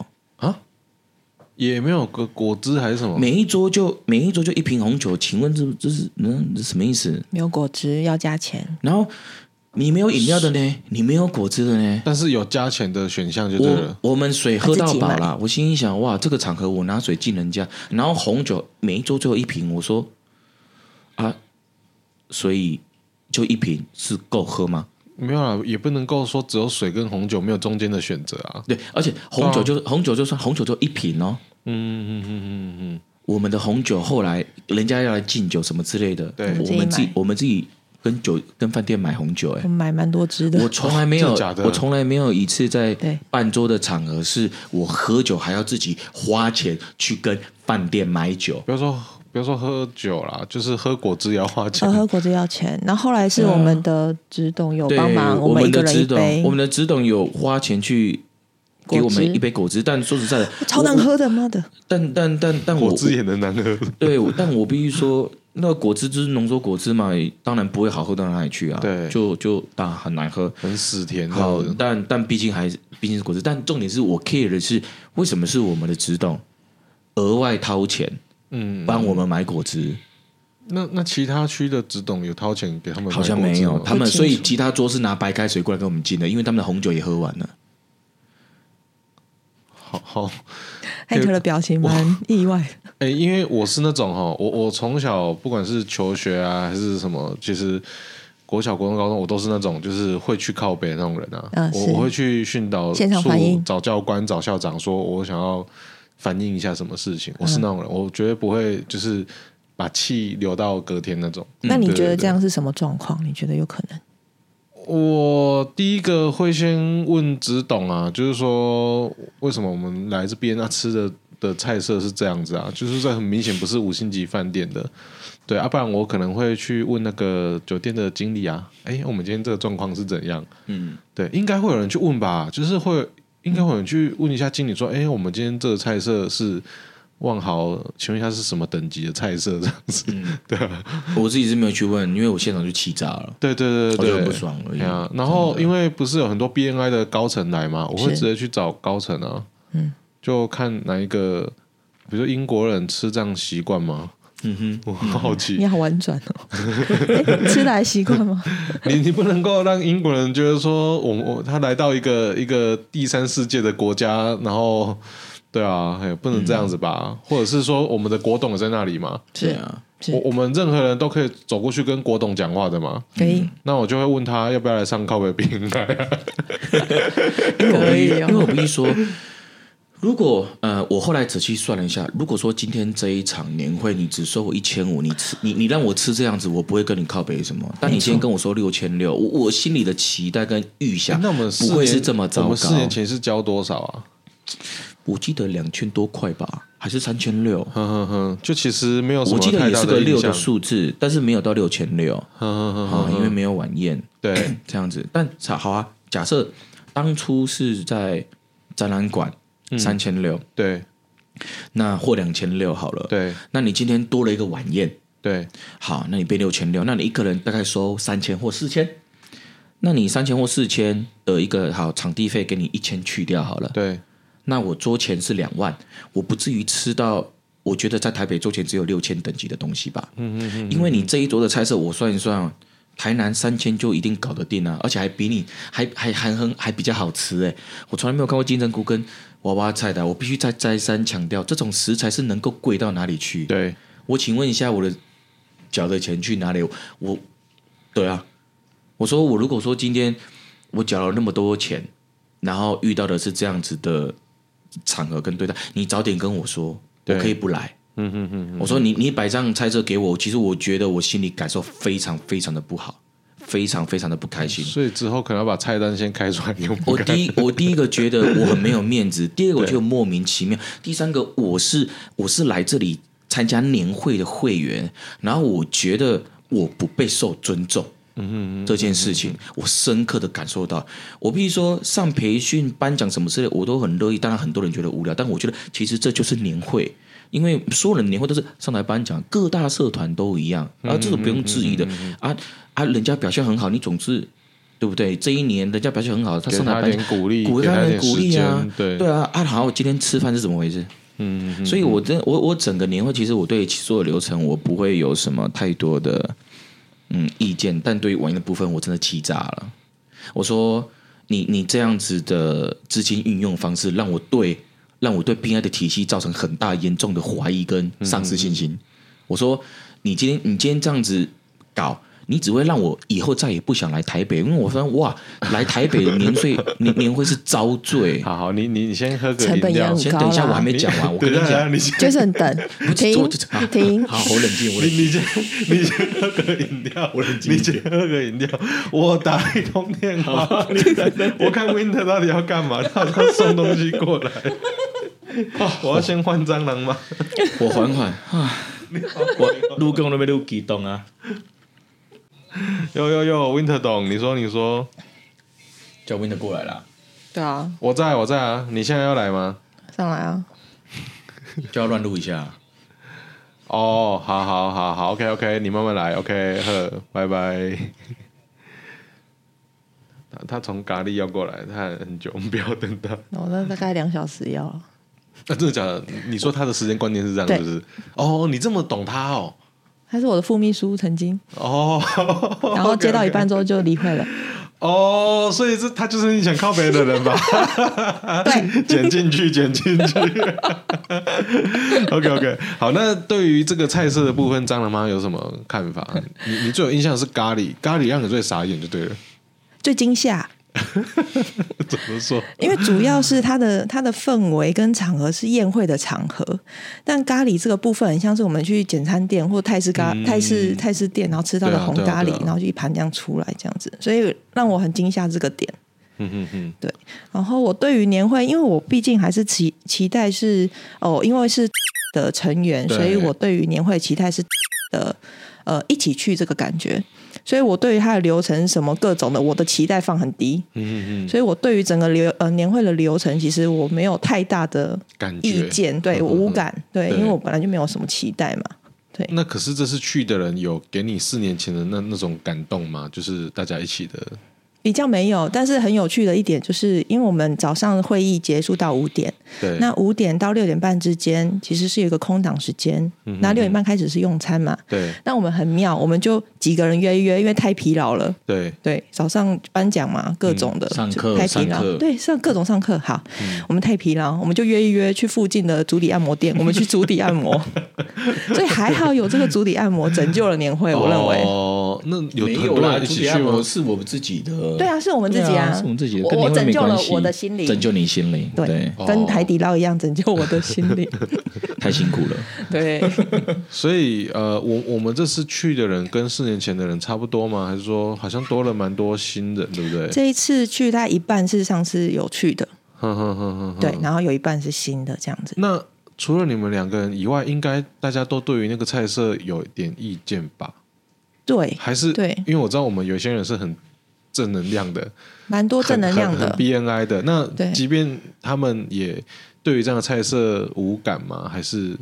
也没有个果汁还是什么，每一桌就每一桌就一瓶红酒，请问这这是嗯这什么意思？没有果汁要加钱，然后你没有饮料的呢，你没有果汁的呢。但是有加钱的选项就对我了。我们水喝到饱自己啦，我心里想哇，这个场合我拿水敬人家，然后红酒每一桌最后一瓶，我说啊，所以就一瓶是够喝吗？没有啦，也不能够说只有水跟红酒，没有中间的选择啊。对，而且红酒就、红酒就算红酒就一瓶哦哦，嗯嗯嗯嗯我们的红酒后来人家要来敬酒什么之类的，对我们自自己己买我们自己跟酒跟饭店买红酒、哎我。们买蛮多支我的。从来没有，真的假的我从来没有一次在对办桌的场合是我喝酒还要自己花钱去跟饭店买酒嗯，。不要说不要说喝酒啦，就是喝果汁也要花钱呃，。 喝果汁要钱，然后后来是我们的直董有对，帮忙，我们一们个的人一直杯董，我，们的直董有花钱去给果我们汁一杯果汁，但说实在的，超难我。喝的，妈的！但但但但我果汁也能难 喝，对，我但我必须说，那个果汁就是浓缩果汁嘛，当然不会好喝到哪里去啊。对就就当然很难喝。很死甜这好样，子。但但毕竟还是毕竟是果汁，但重点是我 care 的是为什么是我们的直董额外掏钱嗯，帮我们买果汁，那那其他区的只董有掏钱给他们买好像果汁哦没有吗他们，不清楚所以其他桌是拿白开水过来跟我们进的，因为他们的红酒也喝完了。好好汉克的表情蛮意外的，哎、因为我是那种哈，我我从小不管是求学啊还是什么，其实国小、国中、高中我都是那种就是会去靠北的那种人啊。嗯我是我会去训导现场处反应找教官、找校长，说我想要反映一下什么事情。我嗯是那种人，我绝对不会就是把气留到隔天那种。嗯嗯那你觉对得对这样是什么状况？你觉得有可能？我第一个会先问直董啊，就是说为什么我们来这边啊吃的的菜色是这样子啊？就是这很明显不是五星级饭店的，对啊，不然我可能会去问那个酒店的经理啊，哎，我们今天这个状况是怎样？嗯，对，应该会有人去问吧，就是会应该会有人去问一下经理说，哎，我们今天这个菜色是万豪，请问一下是什么等级的菜色这样子？嗯对啊，我自己是没有去问，因为我现场就气炸了，对对对我就对很对，不爽而已。对啊，然后因为为不是有很多 BNI 的高层来嘛，我会直接去找高层啊，嗯，就看哪一个，比如说英国人吃这样习惯吗？嗯哼，我好你奇，好婉转哦，诶吃的还习惯吗？你你不能够让英国人觉得说我我他来到一个一个第三世界的国家，然后对啊，嘿不能这样子吧？或者是说我们的国董也在那里嘛，嗯对啊，是我我们任何人都可以走过去跟国董讲话的嘛，可以，那我就会问他要不要来上靠北冰来啊？嗯因为我可必以须哦因为我必须说，如果呃，我后来仔细算了一下，如果说今天这一场年会你只收我一千五，你吃你你让我吃这样子，我不会跟你靠北什么。但你今天跟我说六千六，我我心里的期待跟预想，那我们四不会年是这么我糟糕们。四年前是交多少啊？ 我记得两千多块吧，还是三千六？哼哼哼，就其实没有什我么记得太也大是个印六象嗯的。数字，但是没有到六千六哼哼哼啊，因为没有晚宴。对，这样子。但好啊，假设当初是在展览馆嗯三千六，对那或两千六好了。，对那你今天多了一个晚宴，对，好，那你变六千六，那你一个人大概收三千或四千。那你三千或四千的一个好场地费，给你一千去掉好了。对那我桌钱是两万，我不至于吃到我觉得在台北桌钱只有六千等级的东西吧？嗯嗯嗯因为你这一桌的菜色，我算一算，台南三千就一定搞得定啊，而且还比你还还还很还比较好吃哎、我从来没有看过金针菇跟娃娃菜的啊，我必须再再三强调，这种食材是能够贵到哪里去？对，我请问一下，我的缴的钱去哪里？我，对啊，我说我如果说今天我缴了那么多钱，然后遇到的是这样子的场合跟对待，你早点跟我说，我对可以不来。嗯嗯嗯，我说你你摆张菜色给我，其实我觉得我心里感受非常非常的不好，非常非常的不开心。所以之后可能要把菜单先开出来给我 我们看。第一，我第一个觉得我很没有面 子，第二个我就莫名其妙，第三个我是我是来这里参加年会的会员，然后我觉得我不被受尊重。嗯嗯，嗯这件事情我深刻的感受到，我必须说上培训、颁奖什么之类，我都很乐意。当然，很多人觉得无聊，但我觉得其实这就是年会，因为所有人年会都是上台颁奖，各大社团都一样，啊，这个不用质疑的。啊啊，人家表现很好，你总是对不对？这一年人家表现很好，他给上台他颁点奖鼓励，鼓给励他他们点鼓时励啊间，，对对啊，啊，好，我今天吃饭是怎么回事？嗯，所以我真我我整个年会，其实我对所有流程我不会有什么太多的嗯意见，但对于晚宴的部分，我真的气炸了。我说你你这样子的资金运用方式，让我对让我对平安的体系造成很大严重的怀疑跟丧失信心。我说你今天你今天这样子搞，你只会让我以后再也不想来台北，因为我发现哇，来台北年岁 年年会是遭罪。好好，你你你先喝个成本饮也料很。先等一下，高啦我还没讲完，我跟你 等一下讲，你先，Jason 等我停就好停，啊好，我冷静，我你冷你静。先你先喝个饮料，我冷静你一先点喝个饮料，我打一通电话，我看 Winter 到底要干嘛，他好像送东西过 来。我要先换蟑螂吗？我缓缓，我录工都没录激动啊，有有有，Winter 懂，你说你说，叫 Win 过来啦，对啊，我在我在啊，你现在要来吗？上来啊，叫他乱录一下。哦，好好好好，OK OK，你慢慢来，OK，呵，拜拜。 他他从咖喱要过来，他还很久，我们不要等他。我那大概两小时要了，啊，真的假的？你说他的时间观念是这样，对是不是？哦，你这么懂他哦，他是我的副秘书曾 经，哦， 然后接到一 OK，OK 半之后就离婚了，哦，所以这他就是你想靠北的人吧？ 啊对，剪进去，剪进去。OK OK，好，那对于这个菜色的部分，蟑螂妈有什么看法？你你最有印象是咖喱，咖喱让你最傻眼就对了。最惊吓。 怎么说？因为主要是它的 它的氛围跟场合是宴会的场合，但咖喱这个部分很像是我们去简餐店或泰式咖、泰式泰式店，然后吃到的红对啊对啊咖喱，嗯对啊然后就一盘这样出来这样子，所以让我很惊吓这个点。 嗯嗯嗯，对，然后我对于年会，因为我毕竟还是期期待是哦，因为是 的成员，对所以我对于年会期待是 的呃一起去这个感觉，所以我对于它的流程什么各种的，我的期待放很低。嗯嗯嗯，所以我对于整个流呃年会的流程，其实我没有太大的感觉意见，对我无感，嗯对，因为我本来就没有什么期待嘛。那可是这次去的人有给你四年前的那那种感动吗？就是大家一起的，比较没有，但是很有趣的一点就是，因为我们早上会议结束到五点，对，那五点到六点半之间，其实是有一个空档时间。那六点半开始是用餐嘛？对那我们很妙，我们就几个人约一约，因为太疲劳了。对对，早上颁奖嗯嘛，各种的，上就课太疲劳上课，对，上各种上课。好，嗯我们太疲劳，我们就约一约去附近的足底按摩店，我们去足底按 摩。所以还好有这个足底按摩拯救了年会，我认为。哦，那有没很有多啦，人一朱起迪去按摩吗？是我们自己的，对啊，是我们自己对啊，啊，是我们自己的，我跟我年会拯没救关了系我的心灵，拯救你心灵，对对，跟海底捞一样拯救我的心灵。哦太辛苦了。 对，所以呃，我我们这次去的人跟四年前的人差不多吗？还是说好像多了蛮多新人，对不对？这一次去大概一半是上次有去的，哼哼哼哼哼对，然后有一半是新的这样子。那除了你们两个人以外，应该大家都对于那个菜色有点意见吧？对，还是对因为我知道我们有些人是很正能量的，蛮多正能量很很的很。BNI 的。那对即便他们也对于这样的菜色无感吗？还是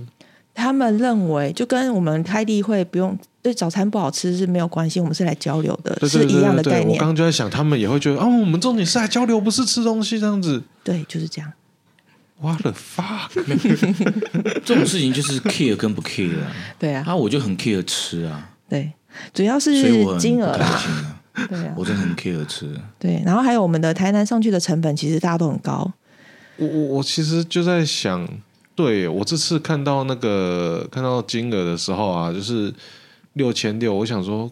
他们认为就跟我们开例会不用对早餐不好吃是没有关系，我们是来交流的，对是对对一样的对对概我念刚。刚就在想，他们也会觉得啊，我们重点是来交流，不是吃东西这样子。对，就是这样。 What the fuck！这种事情就是 care 跟不 care 啊，对啊，啊，我就很 care 吃啊，对，主要所以我是很金不额开啦。心啊，对 啊我，真的很 care 吃。对，然后还有我们的台南上去的成本，其实大家都很高。我我我其实就在想，对我这次看到那个看到金额的时候啊，就是六千六，我想说，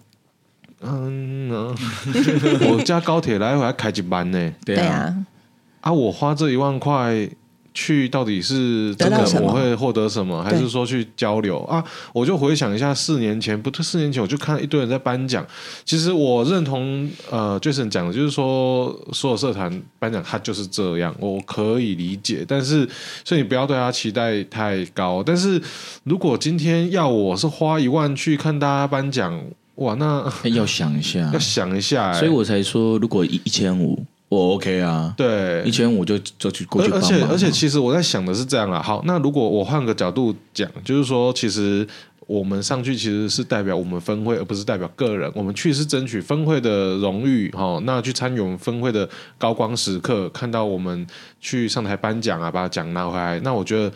嗯，啊 我加高铁来回还开几班呢？对对啊，啊，啊，我花这一万块去到底是真得到的什么我会获得什么，还对是说去交流啊？我就回想一下四年前，不对，四年前我就看一堆人在颁奖。其实我认同呃，Jason 讲的，就是说所有社团颁奖它就是这样，我可以理解。但是，所以你不要对他期待太高。但是如果今天要我是花一万去看大家颁奖，哇，啊那要想一下要，想一下、欸。所以我才说，如果一一千五，我 OK 啊，对一千五就就去过去哦而而帮忙且嘛。而且，其实我在想的是这样啊。好，那如果我换个角度讲，就是说，其实我们上去其实是代表我们分会，而不是代表个人。我们去是争取分会的荣誉，哈、那去参与我们分会的高光时刻，看到我们去上台颁奖啊，把奖拿回来。那我觉得，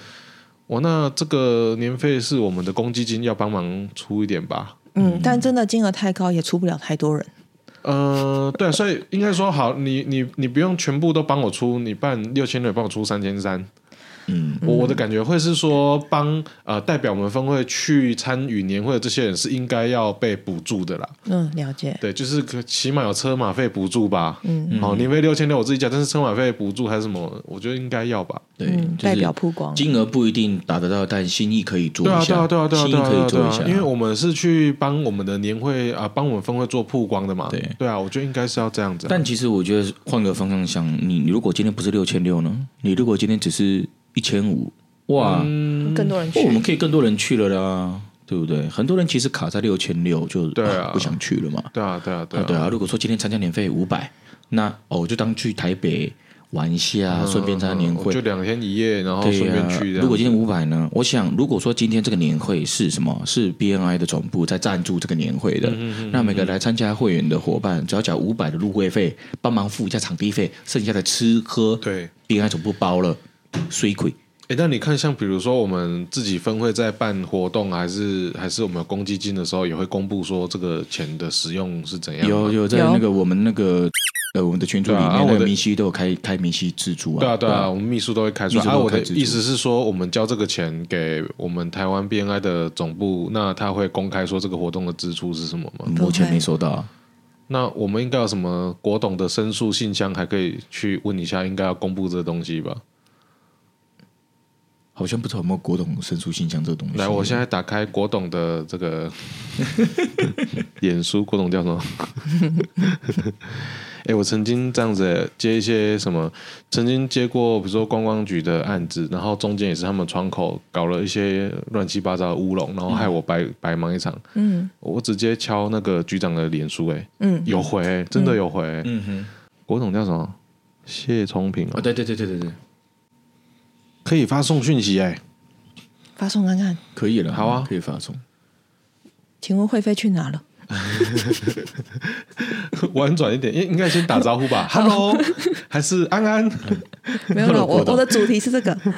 哇，那这个年费是我们的公积金要帮忙出一点吧。嗯，但真的金额太高，也出不了太多人。呃，对、啊，所以应该说好，你你你不用全部都帮我出，你办六千六，帮我出三千三。嗯，我我的感觉会是说帮呃代表我们分会去参与年会的这些人是应该要被补助的啦，嗯，了解。对，就是可起码有车马费补助吧，嗯，哦，年费六千六我自己讲，但是车马费补助还是什么，我觉得应该要吧，对，嗯，就代表是曝光。金额不一定达得到，但心意可以做对啊一对下，啊对啊对啊心意对啊可对啊以做一对下啊，，因为我们是去帮我们的年会啊、帮我们分会做曝光的嘛，对对啊，我觉得应该是要这样子啊、但其实我觉得换个方向想，你你如果今天不是六千六呢？你如果今天只是一千五，哇，嗯更多人哦我们去，可以更多人去了啦，对不对？很多人其实卡在六千六就对啊不想去了嘛。对啊对啊对啊啊对啊，如果说今天参加年费五百，那哦我就当去台北玩一下，顺便参加年嗯会就。两天一夜，然后对哦顺呀、便去这样子、如果今天五百呢？我想，如果说今天这个年会是什么？是 BNI 的总部在赞助这个年会嗯的，那每个来参加会员的伙伴，只要缴五百的入会费，帮忙付一下场地费，剩下的吃喝，对，BNI 总部包了，水鬼哎，那你看，像比如说我们自己分会在办活动，还是还是我们有公积金的时候，也会公布说这个钱的使用是怎样吗。有有在有那个我们那个呃我们的群组里对啊面，啊我那的个明熙都有开开明熙自助啊，对啊，对啊，我们秘书都会开出来。秘书啊，都会我的开支出意思是说，我们交这个钱给我们台湾 BNI 的总部，那他会公开说这个活动的支出是什么吗？嗯我钱没收到啊，那我们应该有什么国董的申诉信箱，还可以去问一下，应该要公布这个东西吧？好像不知道有没有国董申诉信箱这个东西。来，我现在打开国董的这个脸书，国董叫什么？ 哎、我曾经这样子、接一些什么，曾经接过比如说观光局的案子，然后中间也是他们窗口搞了一些乱七八糟的乌龙，然后害我白、白忙一场。嗯我直接敲那个局长的脸书、哎，嗯，有回、真的有回、嗯哼，国董叫什么？谢崇平嗯哦哦，对对对对对对，可以发送讯息哎、发送看看，可以了，好啊可以发送。请问会费去哪了？婉转一点，应应该先打招呼 吧，Hello，还是安安？ 没有了，我我的主题是这个。嘿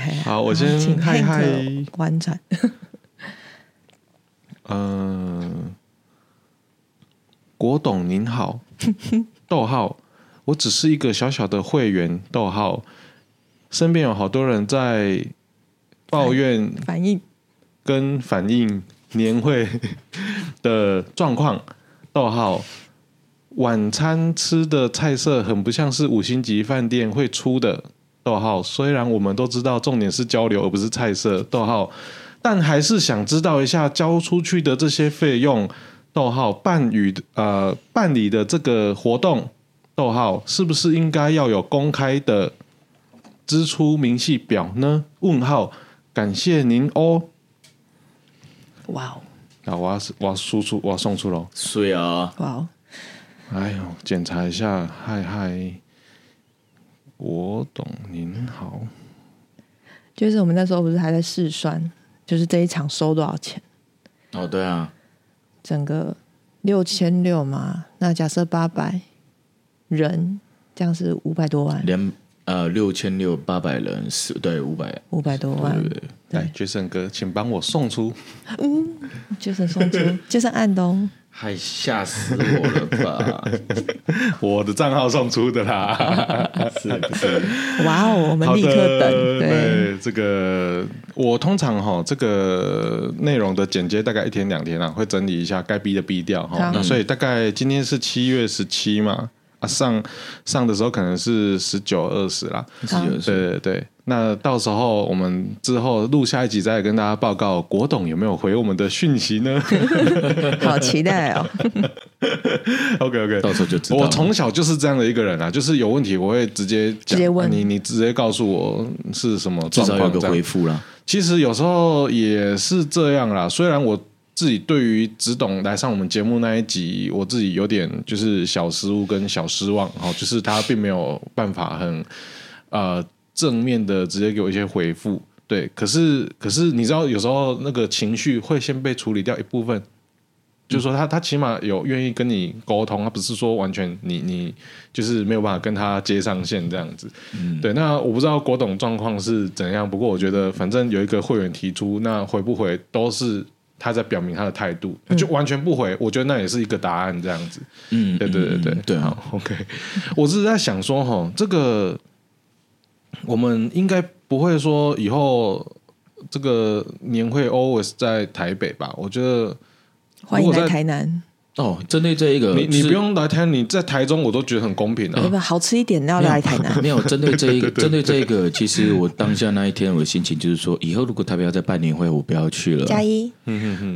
嘿好我先请嗨 Hank 嗨观察。嗯，国董您好，逗号，我只是一个小小的会员，逗号，身边有好多人在抱怨反应跟反映年会 的状况，逗号。晚餐吃的菜色很不像是五星级饭店会出的，逗号，虽然我们都知道重点是交流而不是菜色，逗号，但还是想知道一下交出去的这些费用，逗号，办与呃办理的这个活动，逗号，是不是应该要有公开的支出明细表呢？问号，感谢您哦。哇哦，啊，我要我要输出，我要送出喽。对啊，哇哦，哎呦，检查一下，嗨嗨，我懂您好。就是我们那时候不是还在试算，就是这一场收多少钱，哦对啊，整个六千六嘛，那假设八百人，这样是五百多万，两呃六千六八百人，四对五百，五百多万，来，Jason 哥，请帮我送出。就是送出， 就是暗东，嗨吓死我了吧？我的账号送出的 啦， 是不是？哇哦，我们好立的，刻等，对，对这个，我通常哈这个内容的剪接大概一天两天啊，会整理一下该逼的逼掉哈好。那所以大概今天是七月十七嘛，啊上上的时候可能是十九二十啦。好 是是，对对对，那到时候我们之后录下一集再跟大家报告国董有没有回我们的讯息 呢好期待哦， ？OK OK，到时候就知道了。我从小就是这样的一个人啊，就是有问题我会直接讲直接问啊你，你直接告诉我是什么至状少有况个这回样。复啦。其实有时候也是这样啦，虽然我自己对于只懂来上我们节目那一集，我自己有点就是小失误跟小失望，哦，就是他并没有办法很呃正面的直接给我一些回复。对，可是可是你知道，有时候那个情绪会先被处理掉一部分，就是说他他起码有愿意跟你沟通，他不是说完全你你就是没有办法跟他接上线这样子。嗯对，那我不知道郭董状况是怎样，不过我觉得反正有一个会员提出，那回不回都是他在表明他的态度，就完全不回，我觉得那也是一个答案这样子。嗯，对对对对对啊，好，OK。我只是在想说，哈，这个我们应该不会说以后这个年会 always 在台北吧？我觉得欢迎如果来在台南，哦，针对这一个，你你是不用来台，你在台中我都觉得很公平要啊。不要好吃一点？要来台南， 没有针 对这一个，针对这一个，其实我当下那一天我的心情就是说，以后如果台北要再办年会，我不要去了。加一，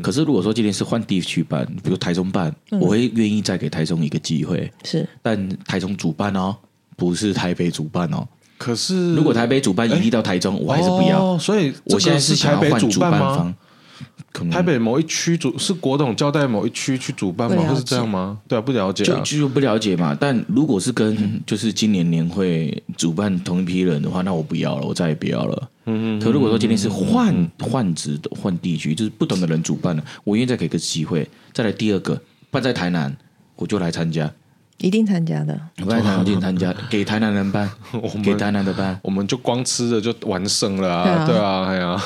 可是如果说今天是换地区办，比如台中办，嗯我会愿意再给台中一个机会，是但台中主办哦，不是台北主办哦。可是如果台北主办移地到台中，我还是不要。哎哦所以这我个现在是想台要北换主办办吗？方，可能台北某一区主是国董交代某一区去主办不吗？了解会是这样吗？对啊，不了解就啊。嗯就不了解嘛。但如果是跟就是今年年会主办同一批人的话，那我不要了，我再也不要了。嗯嗯。可如果说今天是换嗯换职的换地区，就是不同的人主办的，我愿意再给个机会。再来第二个办在台南，我就来参加。哦一定参加的，我办在台南我就参加，给台南 人办，给台南的办。我们就光吃的就完胜了啊！对对啊，哎呀、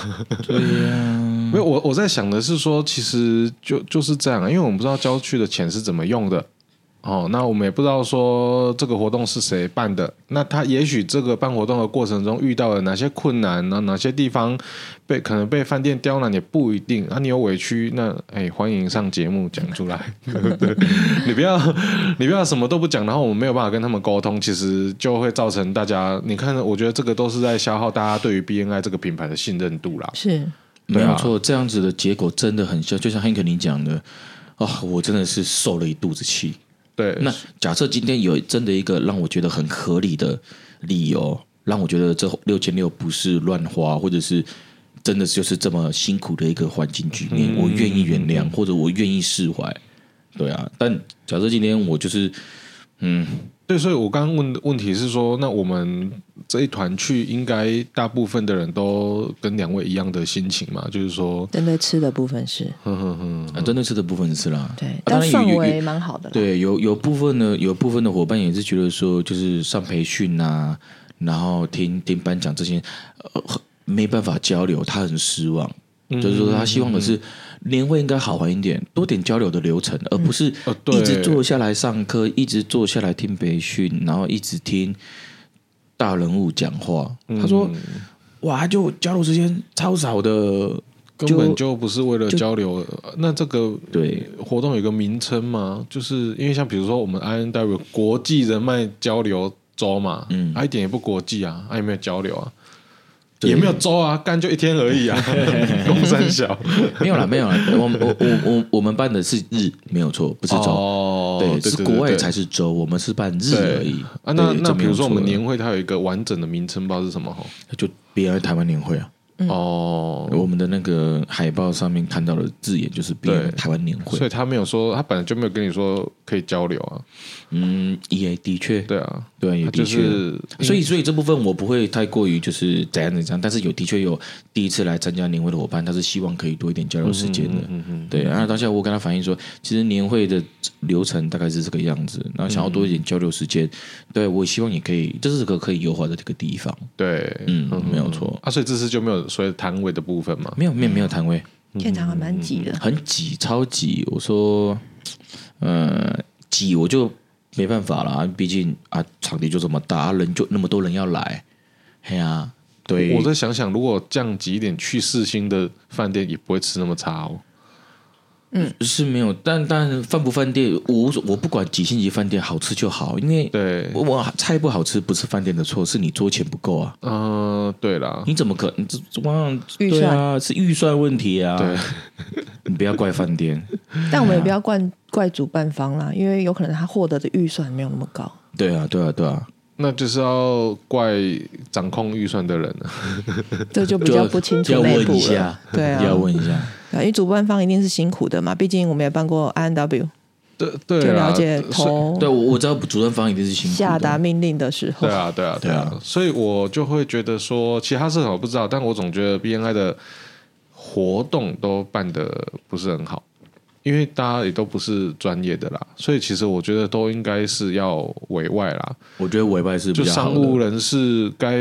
没有我我在想的是说，其实就就是这样啊，因为我们不知道郊区的钱是怎么用的。哦，那我们也不知道说这个活动是谁办的，那他也许这个办活动的过程中遇到了哪些困难，然后哪些地方被可能被饭店刁难也不一定啊。你有委屈，那哎，欢迎上节目讲出来。对，你不要你不要什么都不讲，然后我们没有办法跟他们沟通，其实就会造成大家，你看，我觉得这个都是在消耗大家对于 BNI 这个品牌的信任度啦。是啊没有错，这样子的结果真的很像，就像 Hank 你讲的。啊、我真的是受了一肚子气。对，那假设今天有真的一个让我觉得很合理的理由，让我觉得这六千六不是乱花，或者是真的就是这么辛苦的一个环境局面，我愿意原谅，或者我愿意释怀。对啊，但假设今天我就是对，所以我刚刚问的问题是说，那我们这一团去，应该大部分的人都跟两位一样的心情嘛？就是说，针对吃的部分是啊，真的是的部分是啦，对啊，当但然有氛有围有蛮好的啦，对，有有部分的有部分的伙伴也是觉得说，就是上培训啊，然后听听颁奖这些，呃，没办法交流，他很失望。嗯就是说，他希望的是年会应该好玩一点，多点交流的流程，而不是呃对一直坐下来上课，一直坐下来听培训，然后一直听大人物讲话。他嗯说：“哇，就交流时间超少的， 根本就不是为了交流。呃那这个对，活动有个名称吗？就是因为像比如说我们 I N W 国际人脉交流州嘛，嗯啊一点也不国际啊，啊也没有交流啊，对也没有州啊，干就一天而 已啊，公三小，没有啦，没有啦，我们我我我我们办的是日，没有错，不 是州，哦对，对是对国外对才是州，我们是办日对而已啊。那对那这没比有如说我们错了年会，它有一个完整的名称，不知道是什么吼就 B I 台湾年会啊，嗯哦，我们的那个海报上面看到的字眼就是 B 对 I 台湾年会所以，他没有说，他本来就没有跟你说可以交流啊，嗯，E A 的确，对啊，对啊，也他的就确。是嗯所以，所以这部分我不会太过于就是怎样怎样，但是有的确有第一次来参加年会的伙伴，他是希望可以多一点交流时间嗯的。对，然后当下我跟他反映说，其实年会的流程大概是这个样子，然后想要嗯多一点交流时间，对我希望也可以，这是个可以优化的这个地方。对，嗯，没有错，啊，所以这次就没有所谓摊位的部分嘛，没有没有没有摊位，现场还蛮挤的，很挤，超挤。我说，呃，挤我就没办法啦，毕竟啊场地就这么大，啊人就那么多人要来，嘿呀、对，我再想想，如果降级一点，去四星的饭店也不会吃那么差哦。是没有，但但饭不饭店，我无所我不管几星级饭店，好吃就好，因为对，我我菜不好吃不是饭店的错，是你桌钱不够啊。嗯、对啦，你怎么可能？这这往预对啊，是预算问题啊。对，你不要怪饭店。但我们也不要怪怪主办方啦，因为有可能他获得的预算没有那么高。对啊，对啊，对啊，那就是要怪掌控预算的人了。这就比较不清楚要内问部一了下。，对啊，要问一下。对因为主办方一定是辛苦的嘛，毕竟我们也办过 I N W，对对啊就啦了解所以投对，我我知道主任方一定是辛苦下达的。命令的时候对，啊，对啊，对啊对，所以我就会觉得说，其他社团我不知道，但我总觉得 BNI 的活动都办的不是很好，因为大家也都不是专业的啦，所以其实我觉得都应该是要委外啦，我觉得委拜是比就较好商的务人士该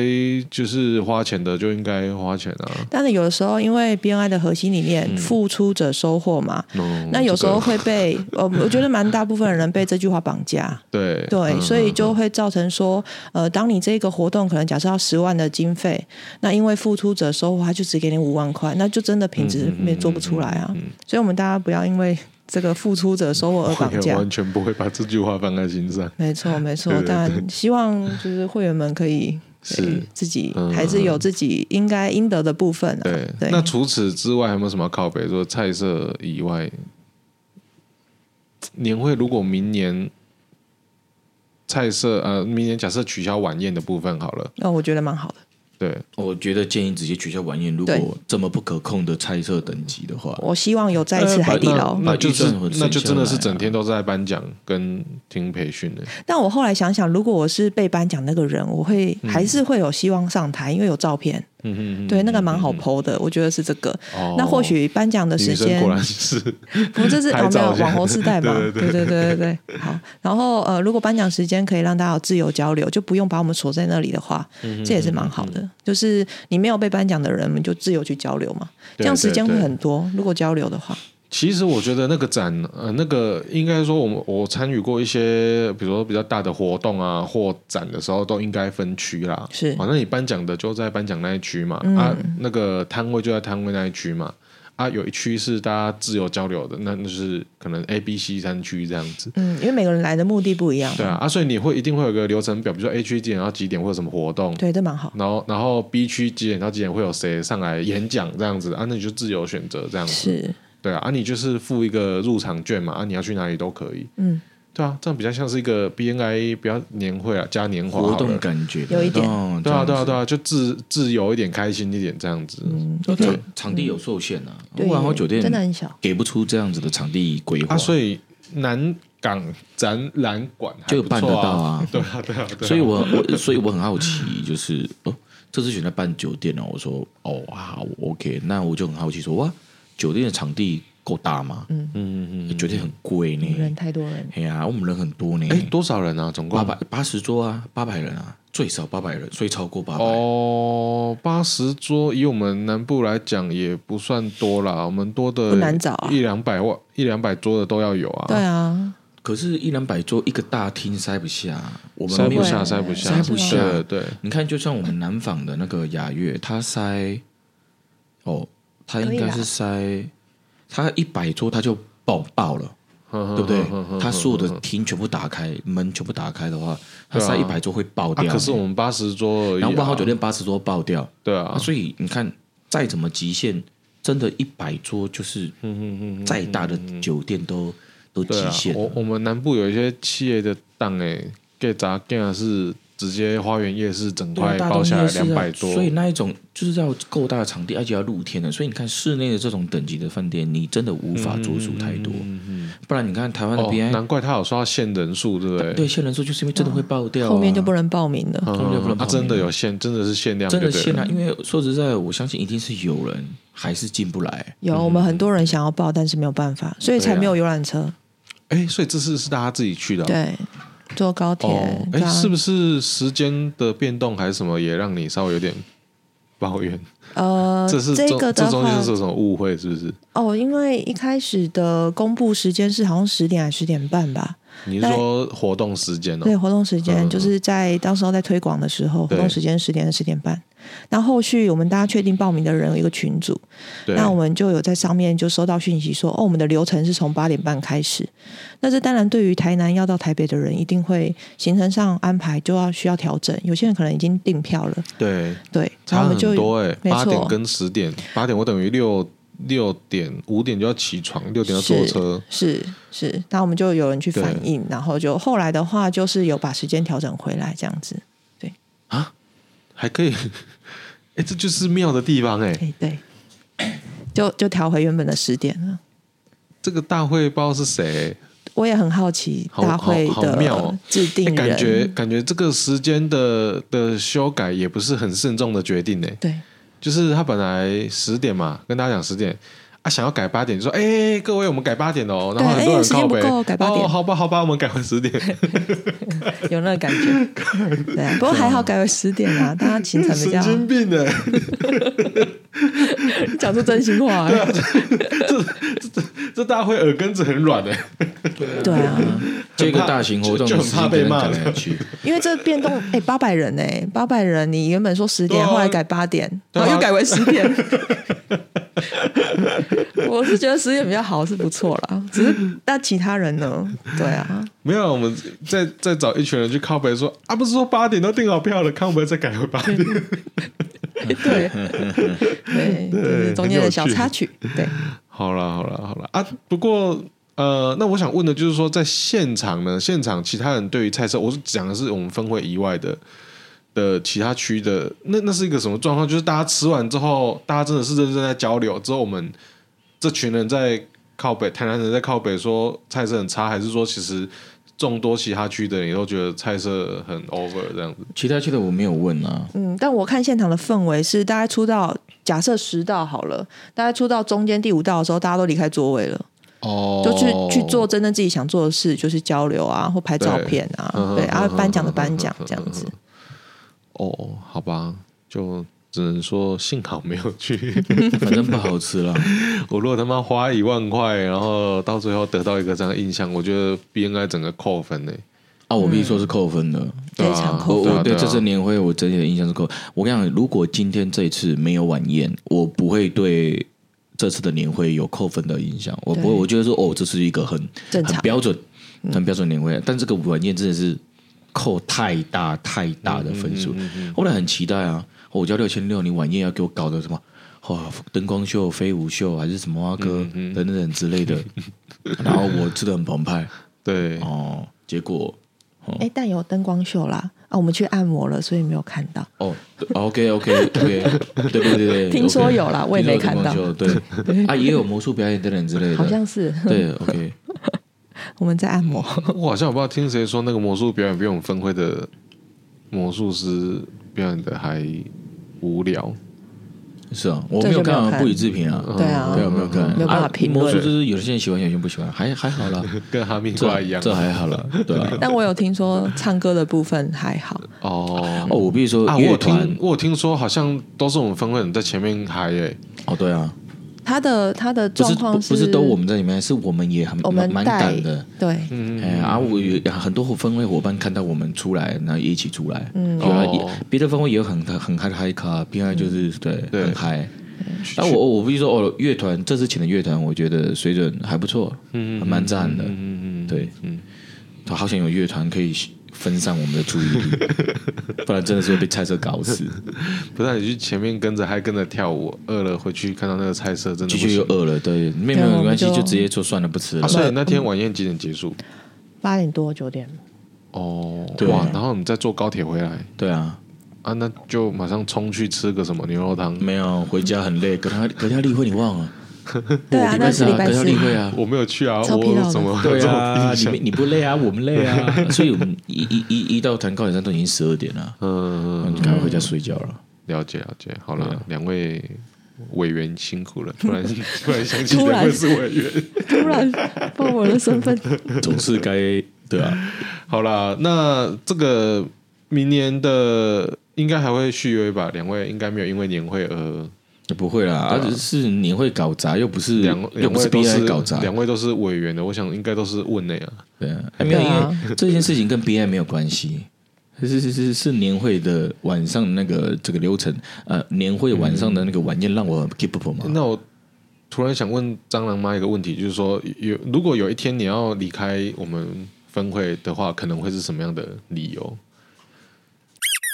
就是花钱的就应该花钱啊，但是有的时候因为 B N I 的核心理念“付出者收获”嘛，嗯那有时候这个会被呃，我觉得蛮大部分人被这句话绑架。对 对，啊嗯所以就会造成说，呃，当你这个活动可能假设要十万的经费，那因为付出者收获，他就只给你五万块，那就真的品嗯质没做不出来啊。所以，我们大家不要因为这个付出者收获而我绑也架。完全不会把这句话放在心上。没错，没错 对。对但希望就是会员们 可以是对自己嗯还是有自己应该应得的部分啊。对，对，那除此之外还有没有什么靠北？说菜色以外，年会如果明年菜色呃，明年假设取消晚宴的部分好了，那我觉得蛮好的。对，我觉得建议直接取消晚宴。如对哦果这么不可控的猜测等级的话，我希望有再一次海底捞。呃那那把就预是算和那就真的是省下来啊整天都在颁奖跟听培训的、但我后来想想，如果我是被颁奖那个人，我会还是会有希望上台，因为有照片。嗯嗯，对，那个蛮好 PO 的，我觉得是这个。哦那或许颁奖的女时生间果，然是不这是拍哦，没照有一下网红 时代嘛？对对对对对对对。好，然后呃，如果颁奖时间可以让大家有自由交流，就不用把我们锁在那里的话，嗯这也是蛮好的。就是你没有被颁奖的人，我们就自由去交流嘛，对这样时间对会对很多。如果交流的话，其实我觉得那个展，呃，那个应该说我们我参与过一些，比如说比较大的活动啊或展的时候，都应该分区啦。是嗯反正、那你颁奖的就在颁奖那一区嘛，啊，那个摊位就在摊位那一区嘛，啊，有一区是大家自由交流的，那那就是可能 A、B、C 三区这样子。嗯，因为每个人来的目的不一样嘛。对啊，啊，所以你会一定会有个流程表，比如说 A 区几点到几点会有什么活动，对，这蛮好。然后然后 B 区几点到几点会有谁上来演讲这样子，啊，那你就自由选择这样子。是，对啊，啊，你就是付一个入场券嘛，啊，你要去哪里都可以。嗯，对啊，这样比较像是一个 BNI 比较年会啊，加年华好活了动。感觉有一点哦对啊，对啊，这对样啊，就自自由一点，开心一点这样子。子啊对场场地有受限啊，嗯对万豪酒店真的很小。给不出这样子的场地规划，啊，所以南港展览馆还就不办得错到啊。啊。 对啊，对啊，对啊。所以我我所以我很好奇，就是哦，这次选在办酒店哦，我说哦好 OK，那我就很好奇说哇，酒店的场地够大吗？嗯嗯嗯，酒店很贵人呢。太多人，哎呀，我们人很多呢，哎，多少人啊？总共八百八十桌啊，八百人啊，最少八百人，所以超过八百。哦，八十桌，以我们南部来讲也不算多啦，我们多的不难找啊一两百万、一两百桌的都要有啊。对啊，可是，一两百桌一个大厅塞不下，我们塞不没有下，会塞不下，塞不下对对。你看，就像我们南纺的那个雅悦，它塞哦，它应该是塞，它一百桌它就爆爆了，对不对？他所有的厅全部打开，门全部打开的话，他塞一百桌会爆啊，掉。可是我们八十桌而已、啊，然后万豪酒店八十桌爆掉，对啊所以你看，再怎么极限，真的一百桌就是，再大的酒店都都对极啊，限我了。我们南部有一些企业的档哎，给砸干是直接花园夜市整对啊块大东包下夜来市啊两百多，所以那一种就是要够大的场地，而且要露天的。所以你看室内的这种等级的饭店，你真的无法做出太嗯多。不然你看台湾的哦 BI，、，难怪他有说要限人数，对不对？对，限人数就是因为真的会爆掉啊、后面就不能报名了。嗯，后面就不能他报真的名有限，真的是限量就对真的了，限啊！因为说实在，我相信一定是有人还是进不来。嗯有我们很多人想要报，但是没有办法，所以才没有游览车。哎，所以这次是大家自己去的、哦，对，坐高铁啊哦，，这哎，啊样是不是时间的变动还是什么，也让你稍微有点抱怨？呃， 这是这中个这的中间话是，有什么误会？是不是？哦，因为一开始的公布时间是好像十点还是十点半吧？你是说活动时间哦？对，活动时嗯间就是在当时候在推广的时候，活对动时间十点十点半。那后续我们大家确定报名的人有一个群组，对，啊那我们就有在上面就收到讯息说，哦，我们的流程是从八点半开始。那这当然对于台南要到台北的人，一定会行程上安排就要需要调整。有些人可能已经订票了，对对，然差后我们很就多哎、没八点错，跟十点，八点我等于六六点五点就要起床，六点要坐车。是是，那我们就有人去反对映，然后就后来的话就是有把时间调整回来这样子。还可以， 哎、这就是妙的地方哎、哎、对，就就调回原本的十点了。这个大会不知道是谁、欸我也很好奇好大会好好妙哦的制定哎人，感觉感觉这个时间的的修改也不是很慎重的决定哎、对就是他本来十点嘛，跟大家讲十点。啊，想要改八点，就说哎、各位，我们改八点哦。然后对很多哎人时间靠不北，够改8点哦，好吧，好吧，我们改回 十点。 有那个感觉。对啊，不过还好改为十点啊，大家行程比神较经病欸的，讲出真心话、啊这大会耳根子很软欸的。对啊，这个大型活动就就的很时怕间被可骂能赶来去，因为这变动，哎、八百人哎、八百人，你原本说十对点，啊后来改八点，对啊然后又改为十 点。我是觉得十点比较好，是不错啦。只是那其他人呢？对啊，没有，我们再再找一群人去靠北说啊，不是说八点都订好票了，看会不会再改回八点。对对，就是中间的小插曲。对， 好了，好了，好了啊！不过呃，那我想问的就是说，在现场呢，现场其他人对于菜色，我是讲的是我们分会以外的的其他区的，那那是一个什么状况？就是大家吃完之后，大家真的是认真在交流，之后我们这群人在靠北，台南人在靠北说菜色很差，还是说其实众多其他区的人也都觉得菜色很 over 这样子？其他去的我没有问啊。嗯，但我看现场的氛围是，大概出到假设十道好了，大概出到中间第五道的时候，大家都离开座位了。哦就去去做真正自己想做的事，就是交流啊，或拍照片啊，对啊，颁奖的颁奖这样子。哦，好吧，就只能说幸好没有去。 反正不好吃啦。我如果他妈花一万块，然后到最后得到一个这样的印象，我觉得 B N I 整个扣分欸呢、啊，我必须说是扣分的。对啊非常我嗯扣对啊我对啊这次年会我整体的印象是扣。我跟你讲，如果今天这一次没有晚宴，我不会对这次的年会有扣分的影响。我不会，对我觉得说哦，这是一个很正常嗯很标准、很标准的年会，但这个晚宴真的是扣太大太大的分嗯数。我本来很期待啊，哦我交六千六，你晚宴要给我搞的什么？哇，灯光秀、飞舞秀还是什么啊歌嗯等等之类的， 然后我吃的很澎湃对，哦，结果哎，但有灯光秀啦啊，我们去按摩了，所以没有看到。哦，OK OK OK，对对对对，听说 OK 有啦我也没听说有看这个东西对啊，也有魔术表演等等之类的，好像是对 OK，我们在按摩，我好像我不知道听谁说那个魔术表演比我们分会的魔术师表演的还无聊。是 啊，我这没就有看没有啊，看不予置评啊，对啊对啊，没有看，没有办法啊评魔术论就是有些人喜欢，有些人不喜欢，还还好啦，跟哈密瓜 这一样，这还好啦，对 啊。但我有听说唱歌的部分还好，哦哦，我必须说啊！我乐有团听，我有听说，好像都是我们分会人在前面嗨欸耶、哦，对啊，他的他的不状是况不不是都我们在里面，是我们也很我蛮们蛮带敢的，对嗯哎，啊，我有很多分会伙伴看到我们出来，然后也一起出来。嗯，哦别的分会也有很很很嗨的嗨咖，B I 嗯就是对对很嗨。但我我必须说，哦，乐团这次请的乐团，我觉得水准还不错，嗯，蛮赞的，嗯嗯，对，嗯，好想有乐团可以分散我们的注意 力，不然真的是会被菜色搞死。不是啊你去前面跟着还跟着跳舞，饿了回去看到那个菜色，真的继不续又行。饿了，对，没有没对有我们没关系，就就直接说算了，不吃啊，了。所以那天晚宴几点结束？八点多九点，哦，对哇，然后你再坐高铁回来对啊，啊，那就马上冲去吃个什么牛肉汤。没有回家很累，隔天隔天例会你忘了？对啊，那是礼啊，拜隔天例会四，啊。我没有去啊，超疲劳的我怎 么对这么 啊，印你象们？你不累啊，我们 累啊，所以我们一一一一到弹高铁站都已经十二点了，嗯，嗯，啊赶快回家睡觉了。了解了解，好了，两位委员辛苦了， 突然突然想起突然两位是委员。突然报我的身份，总是该对 啊，好啦，那这个明年的应该还会续约吧？两位应该没有因为年会而也不会啦，啊，只是你会搞砸，又不是两又两不位是都 B I 是搞砸，两位都是委员的，我想应该都是问的呀。对啊，哎没有，对因啊为这件事情跟 B I 没有关系。是是是是年会的晚上那个这个流程，呃，年会晚上的那个晚宴让我 keep up 嘛，嗯那我突然想问蟑螂妈一个问题，就是说有如果有一天你要离开我们分会的话，可能会是什么样的理由？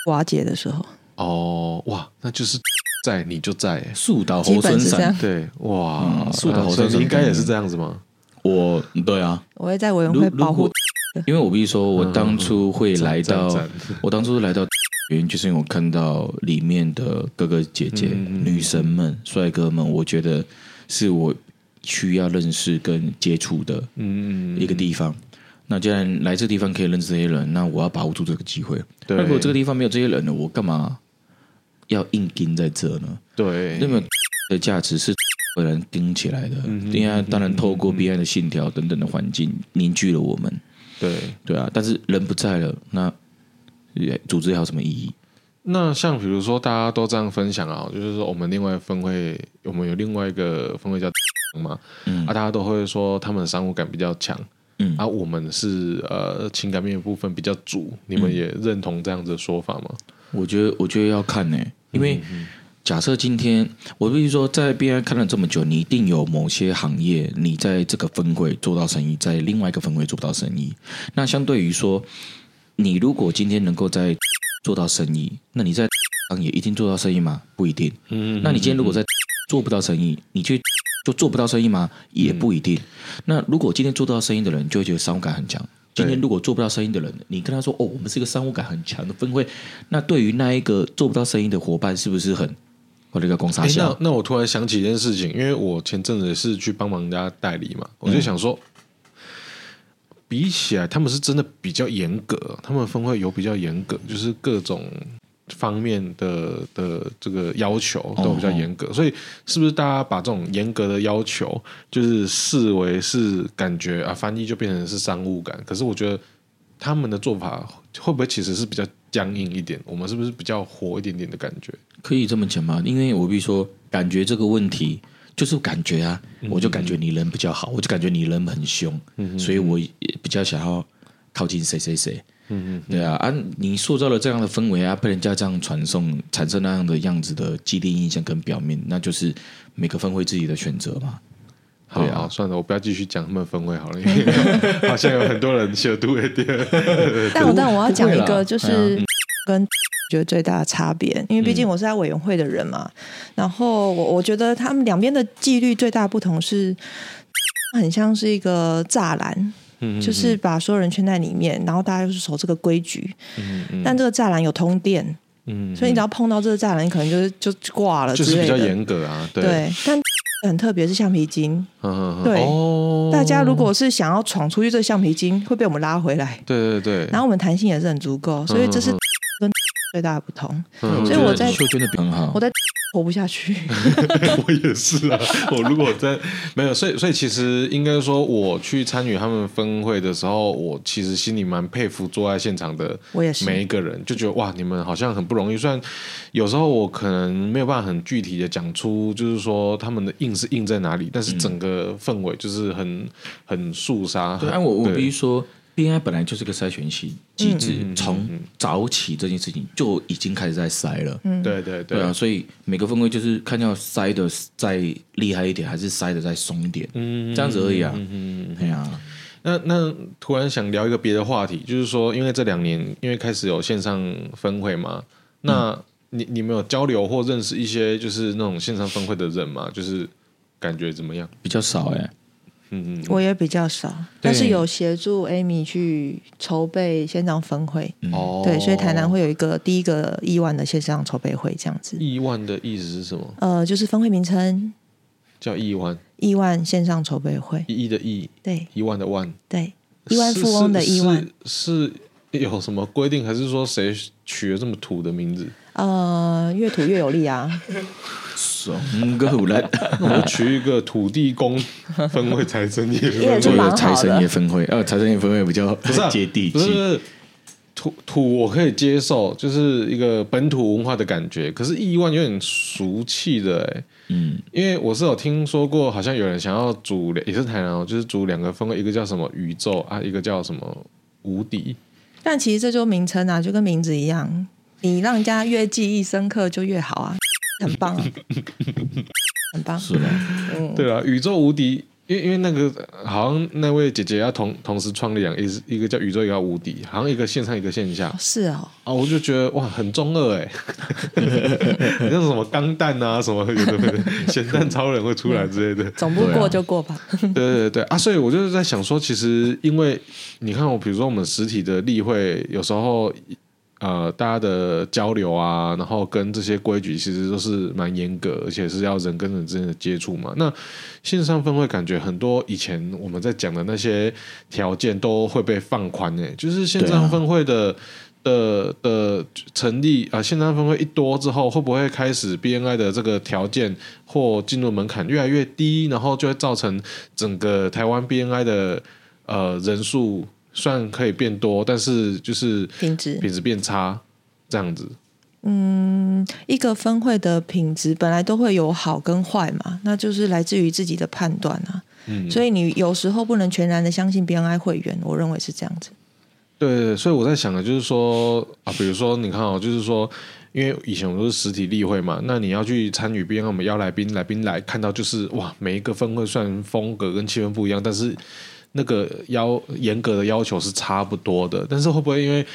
瓦解的时候，哦，哇，那就是在你就在、欸，树倒基猢本狲是这散样。对，哇，嗯树倒那猢狲所以散你应该的也是这样子吗？我对啊，我会在委员如会如保护果，因为我必须说，我当初会来到嗯赞赞，我当初来到原因就是因为我看到里面的哥哥姐姐、嗯女神们、帅哥们，我觉得是我需要认识跟接触的嗯，一个地方。那既然来这地方可以认识这些人，那我要把握住这个机会。对那如果这个地方没有这些人呢，我干嘛要硬盯在这呢？对，那么的价值是个人盯起来的，嗯因为当然透过 BI 的信条等等的环境凝聚了我们。对。对啊，但是人不在了，那也组织还有什么意义？那像比如说大家都这样分享啊，就是说我们另外分会，我们有另外一个分会叫 嘛，嗯啊，大家都会说他们的商务感比较强，嗯啊，我们是呃情感面的部分比较主，你们也认同这样子的说法吗？我觉得，我觉得要看呢、因为假设今天我必须说，在 BI 看了这么久，你一定有某些行业，你在这个分会做到生意，在另外一个分会做不到生意。那相对于说，你如果今天能够在做到生意，那你在 行业一定做到生意吗？不一定。嗯那你今天如果在做不到生意，你去就做不到生意吗？也不一定。嗯那如果今天做到生意的人，就会觉得商务感很强。今天如果做不到生意的人，你跟他说哦，我们是一个商务感很强的分会，那对于那一个做不到生意的伙伴，是不是很我这个公哎傻，笑那？那我突然想起一件事情，因为我前阵子也是去帮忙人家代理嘛，嗯我就想说，比起来他们是真的比较严格，他们分会有比较严格，就是各种方面的的这个要求都哦比较严格，所以是不是大家把这种严格的要求，就是视为是感觉啊，翻译就变成是商务感？可是我觉得他们的做法会不会其实是比较僵硬一点？我们是不是比较活一点点的感觉？可以这么讲吗？因为我必须说，感觉这个问题就是感觉啊，我就感觉你人比较好，我就感觉你人很凶，所以我也比较想要靠近谁谁谁。嗯嗯，对啊，啊，你塑造了这样的氛围啊，被人家这样传送，产生那样的样子的既定印象跟表面，那就是每个分会自己的选择嘛。好对啊好，算了，我不要继续讲他们分会好了，因为 好像有很多人修都会掉。但我但我要讲一不会啦个，哎就是跟觉得最大的差别，因为嗯毕竟我是在委员会的人嘛。然后我我觉得他们两边的纪律最大不同是，很像是一个栅栏，嗯就是把所有人圈在里面，然后大家就是守这个规矩。嗯但这个栅栏有通电，嗯，所以你只要碰到这个栅栏，你可能就是就就挂了就之是类比较的。严格啊，对，对，但很特别是橡皮筋，嗯嗯嗯对哦，大家如果是想要闯出去，这个橡皮筋会被我们拉回来。对对对，然后我们弹性也是很足够，所以这是嗯跟 最大的不同。嗯所以我在秀娟的很好我，在活不下去， 我也是啊，我如果在没有，所以所以其实应该说，我去参与他们分会的时候，我其实心里蛮佩服坐在现场的我也是每一个人，就觉得哇，你们好像很不容易。虽然有时候我可能没有办法很具体的讲出，就是说他们的硬是嗯硬在哪里，但是整个氛围就是很很肃杀。对，很嗯啊，我我对必须说， BNI 本来就是个筛选系机制，从早起这件事情就已经开始在筛了。嗯，对对对对啊，所以每个分规就是看要筛的再厉害一点，还是筛的再松一点，嗯，这样子而已啊。嗯，哎呀，那那突然想聊一个别的话题，就是说，因为这两年因为开始有线上分会嘛，那、你你们有交流或认识一些就是那种线上分会的人吗？就是感觉怎么样？比较少哎。嗯嗯 我也比较少，但是有协助 Amy 去筹备线上分会，嗯，哦对，所以台南会有一个第一个亿万的线上筹备会这样子，亿万的意思是什么？呃，就是分会名称叫亿万，亿万线上筹备会，一亿的亿，对一万的万，对，亿万是富翁的亿万，是是是有什么规定，还是说谁取了这么土的名字？呃，越土越有力啊， 松个五 来，我取一个土地公分会财神爷，也是做有蛮好的财神爷分 会，呃，财神爷分会比较不是啊 接地不是不气。是土土我可以接受，就是一个本土文化的感觉。可是亿万有点俗气的哎、嗯，因为我是有听说过，好像有人想要组两，也是台南哦，就是组两个分会，一个叫什么宇宙啊，一个叫什么无敌。但其实这就名称啊，就跟名字一样，你让人家越记忆深刻就越好啊，很 棒啊，很棒，嗯是的，哦对啊，宇宙无敌，因为因为那个好像那位姐姐要同同时创立两个，一一个叫宇宙，一个叫无敌，好像一个线上一个线下。是哦，啊，我就觉得哇，很中二 哎、欸，像什么钢弹啊，什么有的没的咸蛋超人会出来之类的。总不啊过就过吧， 对对对啊，所以我就是在想说，其实因为你看哦我，比如说我们实体的例会，有时候呃大家的交流啊，然后跟这些规矩其实都是蛮严格，而且是要人跟人之间的接触嘛。那线上分会感觉很多以前我们在讲的那些条件都会被放宽诶、就是线对啊上分会的。的的成立啊、线上分会一多之后，会不会开始 BNI 的这个条件或进入门槛越来越低，然后就会造成整个台湾 BNI 的呃人数虽然可以变多，但是就是品质品质变差这样子？一个分会的品质本来都会有好跟坏嘛，那就是来自于自己的判断啊。嗯所以你有时候不能全然的相信 BNI 会员，我认为是这样子。对对，对所以我在想的就是说啊，比如说你看哦，就是说，因为以前我们都是实体例会嘛，那你要去参与，毕竟我们邀来宾，来宾来看到就是哇，每一个分会虽然风格跟气氛不一样，但是那个要严格的要求是差不多的。但是会不会因为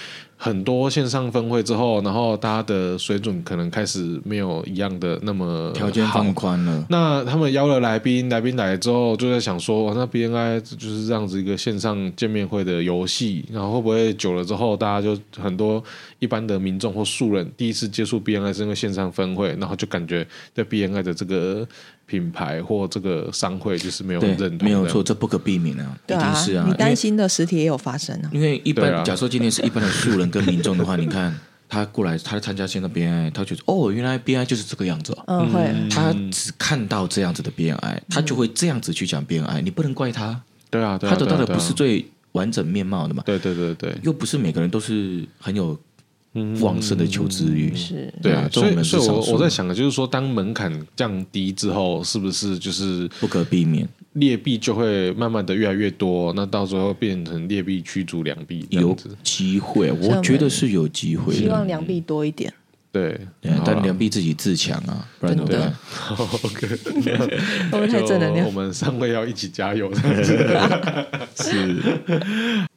很多线上分会之后，然后大家的水准可能开始没有一样的那么条件好放宽了。那他们邀了来宾，来宾来之后就在想说，哇哦那 BNI 就是这样子一个线上见面会的游戏，然后会不会久了之后，大家就很多一般的民众或素人第一次接触 BNI 是因为线上分会，然后就感觉对 BNI 的这个品牌或这个商会就是没有很对认，同，没有错，，这不可避免啊，一对定啊，是啊。你因为担心的实体也有发生啊。因为一般、对啊假设今天是一般的素人跟民众的话，你看他过来，他参加现在 BNI，他觉得哦，原来 BNI 就是这个样子、哦。嗯，会他只看到这样子的 BNI，他就会这样子去讲 BNI，你不能怪他，对啊，对啊，他得到的对啊不是，最完整面貌的嘛，对啊对对对对又不是每个人都是很有旺盛的求知欲，嗯是嗯对啊，所这种以人所是以我少数我在想的就是说，当门槛降低之后，是不是就是不可避免，劣币就会慢慢的越来越多，那到时候变成劣币驱逐良币这样有子。机会，这我样觉得是有机会希望的。良币多一点。对，对啊好啦但良币自己自强啊，不然怎么真的办？ OK， 我们太正能就我量，们三位要一起加油。是，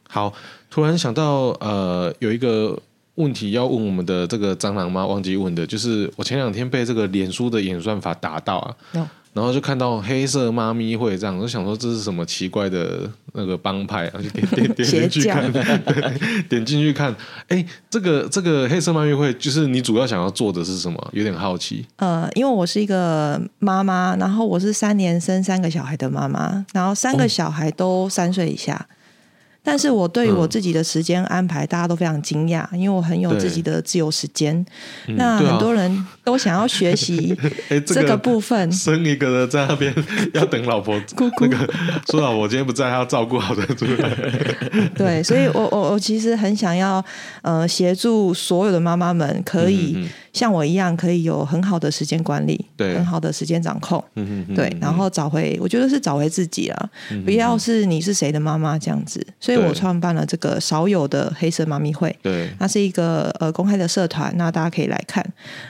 好，突然想到呃，有一个问题要问我们的这个蟑螂妈，忘记问的，就是我前两天被这个脸书的演算法打到啊， No 然后就看到黑色妈咪会这样，我就想说这是什么奇怪的那个帮派啊，就点点点进去邪教看，对 点进去看，哎，这个这个黑色妈咪会，就是你主要想要做的是什么？有点好奇。呃，因为我是一个妈妈，然后我是三年生三个小孩的妈妈，然后三个小孩都三岁以下。但是我对于我自己的时间安排，大家都非常惊讶，因为我很有对自己的自由时间。那对啊很多人都想要学习哎，这个部 分，生一个的在那边要等老婆 姑 姑那个说老婆今天不在，他要照顾好的主人。对，所以我我我其实很想要呃协助所有的妈妈们可以像我一样可以有很好的时间管理，对很好的时间掌控，嗯哼哼对，然后找回，我觉得是找回自己啊，不要是你是谁的妈妈这样子。所以我对创办了这个少有的黑色妈咪会，对它是一个呃公开的社团，那大家可以来看。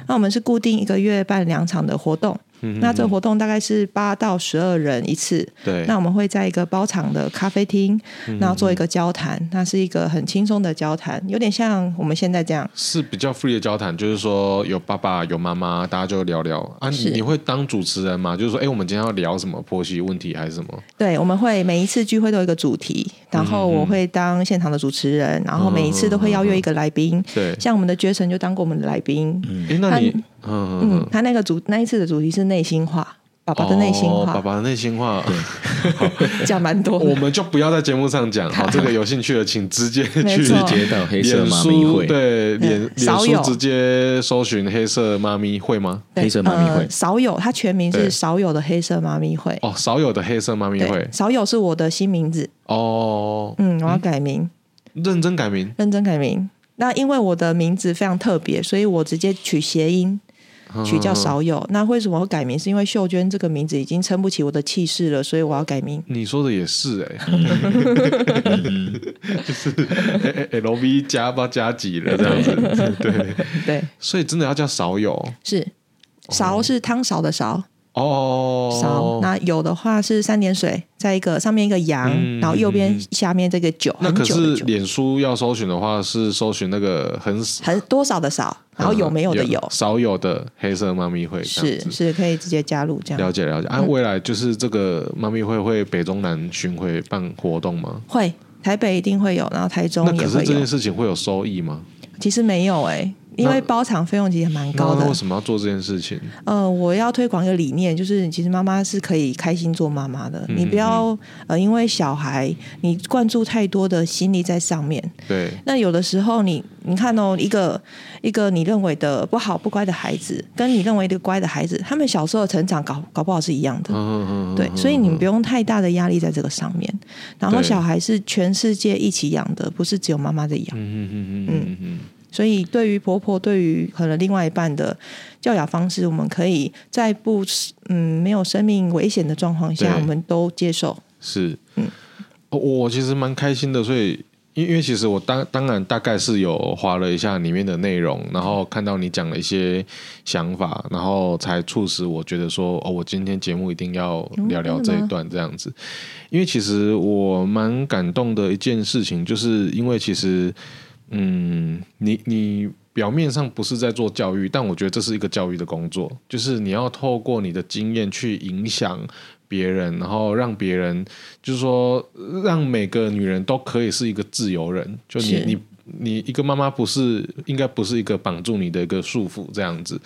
那我们是固定一个月办两场的活动，嗯那这个活动大概是八到十二人一次。对，嗯那我们会在一个包场的咖啡厅，然后做一个交谈，那是一个很轻松的交谈，有点像我们现在这样。是比较 free 的交谈，就是说有爸爸有妈妈，大家就聊聊啊。你是你会当主持人吗？就是说，哎、我们今天要聊什么婆媳问题还是什么？对，我们会每一次聚会都有一个主题，然后我会当现场的主持人，然后每一次都会邀约一个来宾，嗯对，像我们的 Jason 就当过我们的来宾，哎、那你嗯嗯嗯，他那个主那一次的主题是内心话，爸爸的内心哦话，爸爸的内心话， 讲蛮多 的我们就不要在节目上讲。好，这个有兴趣的请直接去没错脸直接到黑色妈咪会书对，脸脸少书有直接搜寻黑色妈咪会吗？对黑色妈咪会呃少有，它全名对是少有的黑色妈咪会。哦，少有的黑色妈咪会对，少有是我的新名字，哦，嗯，我要改名，认真改名认真改名。那因为我的名字非常特别，所以我直接取谐音，取叫。嗯少有。那为什么会改名？是因为秀娟这个名字已经撑不起我的气势了，所以我要改名。你说的也是哎、嗯 就是 L V 加不知道加几了这样嗯子，对，对，所以真的要叫少有是勺是汤勺的勺，哦，勺。那有的话是三点水，在一个上面一个羊，嗯然后右边下面这个酒，那很可久是的酒，脸书要搜寻的话，是搜寻那个很少很多少的少， 然后有没有的有，少嗯有的黑色妈咪会这样是嗯子是可以直接加入这样了。解了解啊。未来就是这个妈咪会会北中南巡回办活动吗？会，台北一定会有，然后台中那也可会是这有件。事情会有收益吗？其实没有哎、因那为包场费用其实蛮那高的为。什么要做这件事情？呃，我要推广一个理念，就是其实妈妈是可以开心做妈妈的，嗯你不要呃因为小孩你灌注太多的心力在上面。对，那有的时候你你看哦，一个一个你认为的不好不乖的孩子，跟你认为的乖的孩子，他们小时候的成长搞搞不好是一样的。嗯嗯嗯， 对，所以你不用太大的压力在这个上面。然后对小孩是全世界一起养的，不是只有妈妈在养。嗯嗯嗯嗯嗯所以对于婆婆，对于可能另外一半的教养方式，我们可以在不嗯没有生命危险的状况下，对我们都接受。是，我我其实蛮开心的，所以。因因为其实我当当然大概是有划了一下里面的内容，然后看到你讲了一些想法，然后才促使我觉得说，哦，我今天节目一定要聊聊这一段这样子。因为其实我蛮感动的一件事情，就是因为其实，嗯，你你表面上不是在做教育，但我觉得这是一个教育的工作，就是你要透过你的经验去影响别人，然后让别人，就是说让每个女人都可以是一个自由人，就你是你。你一个妈妈不是应该不是一个绑住你的一个束缚这样子，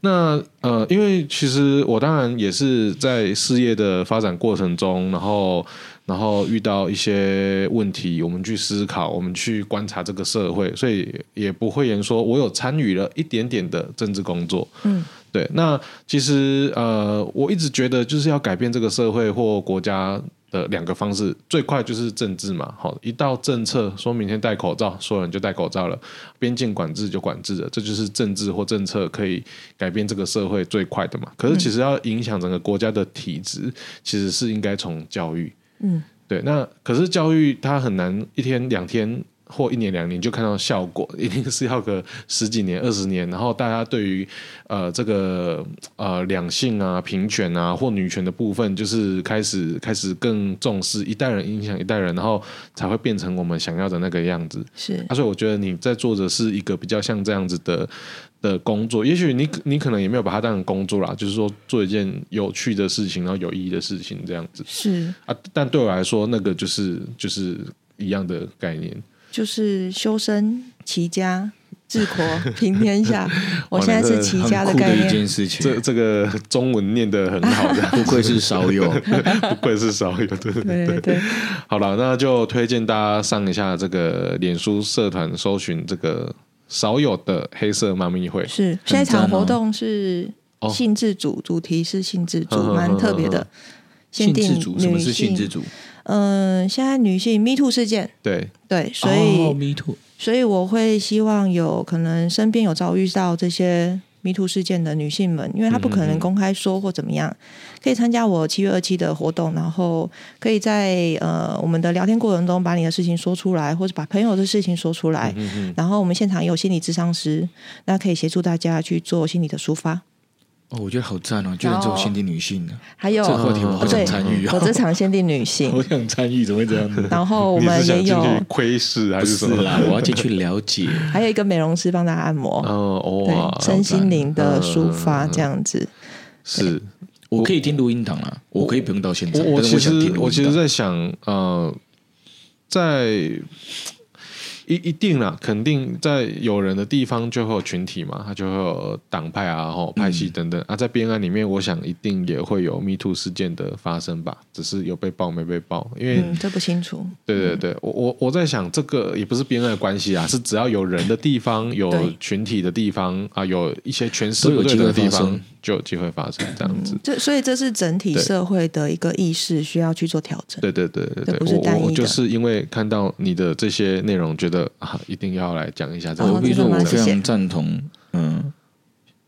那呃，因为其实我当然也是在事业的发展过程中，然后然后遇到一些问题，我们去思考，我们去观察这个社会，所以也不会言说我有参与了一点点的政治工作。嗯，对。那其实呃，我一直觉得就是要改变这个社会或国家。的两个方式，最快就是政治嘛，好，一到政策说明天戴口罩，所有人就戴口罩了，边境管制就管制了，这就是政治或政策可以改变这个社会最快的嘛。可是其实要影响整个国家的体制，其实是应该从教育。嗯，对。那可是教育它很难一天两天或一年两年就看到效果，一定是要个十几年、二十年。然后大家对于呃这个呃两性啊、平权啊或女权的部分，就是开始开始更重视，一代人影响一代人，然后才会变成我们想要的那个样子。是啊，所以我觉得你在做的是一个比较像这样子的的工作，也许你可你可能也没有把它当成工作啦，就是说做一件有趣的事情，然后有意义的事情这样子是，啊。但对我来说，那个就是就是一样的概念。就是修身齐家。治国平天下，我现在是齐家很的酷概的一念，件事情，这这个中文念得很好 的，不愧是少 有，不愧是少有的。对对对，好了，那就推荐大家上一下这个脸书社团，搜寻这个少有的黑色妈咪会。是。下一赞场哦活动是哦性自主，主题是性自主呵呵，呵蛮特别呵的呵。限定自主，什么女是性性自主？嗯、现在女性 Me Too 事件，对，对，所以、哦，me too，所以我会希望有可能身边有遭遇到这些迷途事件的女性们，因为她不嗯可能公开说或怎么样，可以参加我七月二期的活动，然后可以在呃我们的聊天过程中把你的事情说出来，或者把朋友的事情说出嗯来。然后我们现场也有心理咨商师，那可以协助大家去做心理的抒发。哦，我觉得好赞哦，居然只有限定女性呢、还有这个话题我好想对参啊与哦 我这场限定女性好，想参与，怎么会这样子？然后我你是们想也进有去窥视还不是是什么？啦，我要进去了解。还有一个美容师帮大家按摩，哦，对哇，身心灵的抒嗯发嗯嗯这样子。是。我可以听录音档啦，我可以不用到现场，我我但其是我想实听录音档我其实在想，呃，在一一定啦，肯定在有人的地方就会有群体嘛，他就会有党派啊、吼派系等嗯等、啊，在边案里面，我想一定也会有 Me Too 事件的发生吧，只是有被爆没被爆，因为、嗯，这不清楚。对对对，我我我在想，这个也不是边案的关系啊，是只要有人的地方，有对群体的地方啊，有一些权势都有不对等的机会地发方生，就有机会发生这样子。这所以这是整体对社会的一个意识需要去做调整。对对对对这对，不是我单我我一就的是因为看到你的这些内容，觉得啊，一定要来讲一下这个哦我问必题。须说，真的我吗非谢谢常赞同，嗯，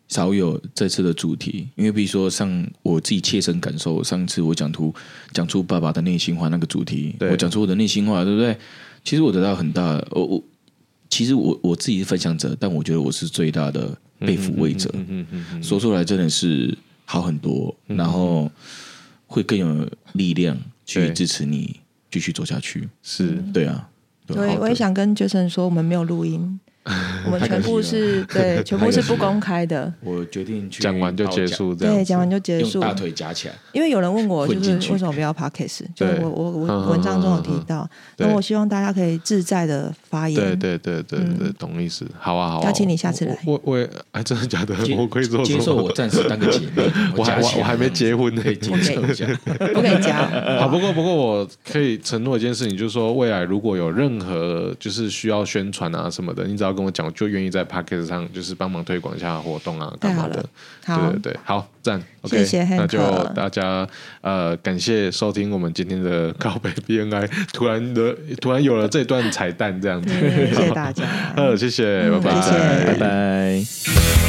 少有这次的主题，因为比如说上我自己切身感受，上次我讲出讲出爸爸的内心话那个主题，对我讲出我的内心话，对不对？其实我得到很大的，我我其实我我自己是分享者，但我觉得我是最大的被抚慰者，嗯嗯嗯，说出来真的是好很多，然后会更有力量去对支持你继续走下去。是对啊，对所以好我也想跟 Jason 说，我们没有录 音，我们全部是对，全部是不公开的。我决定去讲完就结束这对，样子。讲完就结用束。大腿夹起来。因为有人问我，就混是进去为什么不要 podcast？就对是我我嗯我嗯文章中有提嗯嗯到，对那我希望大家可以自在的发言。嗯对对对对对对，懂意思。好啊好啊，邀请你下次来我我我也哎，真的假的 接？我可以做什接么受我暂时当个姐妹， 我还夹起来我我还没结婚呢可以接受一下。不可以加。 好，不过不过我可以承诺一件事情，就是说未来如果有任何就是需要宣传啊什么的，你只要跟我讲，我就愿意在 p a c k e t 上就是帮忙推广一下活动啊，干嘛太好的了。好对，对对，好赞，OK，谢谢那 Hank 就大家呃感谢收听我们今天的告 白 BNI，突然的突然有了这段彩蛋这样子， 嗯谢谢大家。呃，谢谢，拜嗯拜，谢谢拜拜。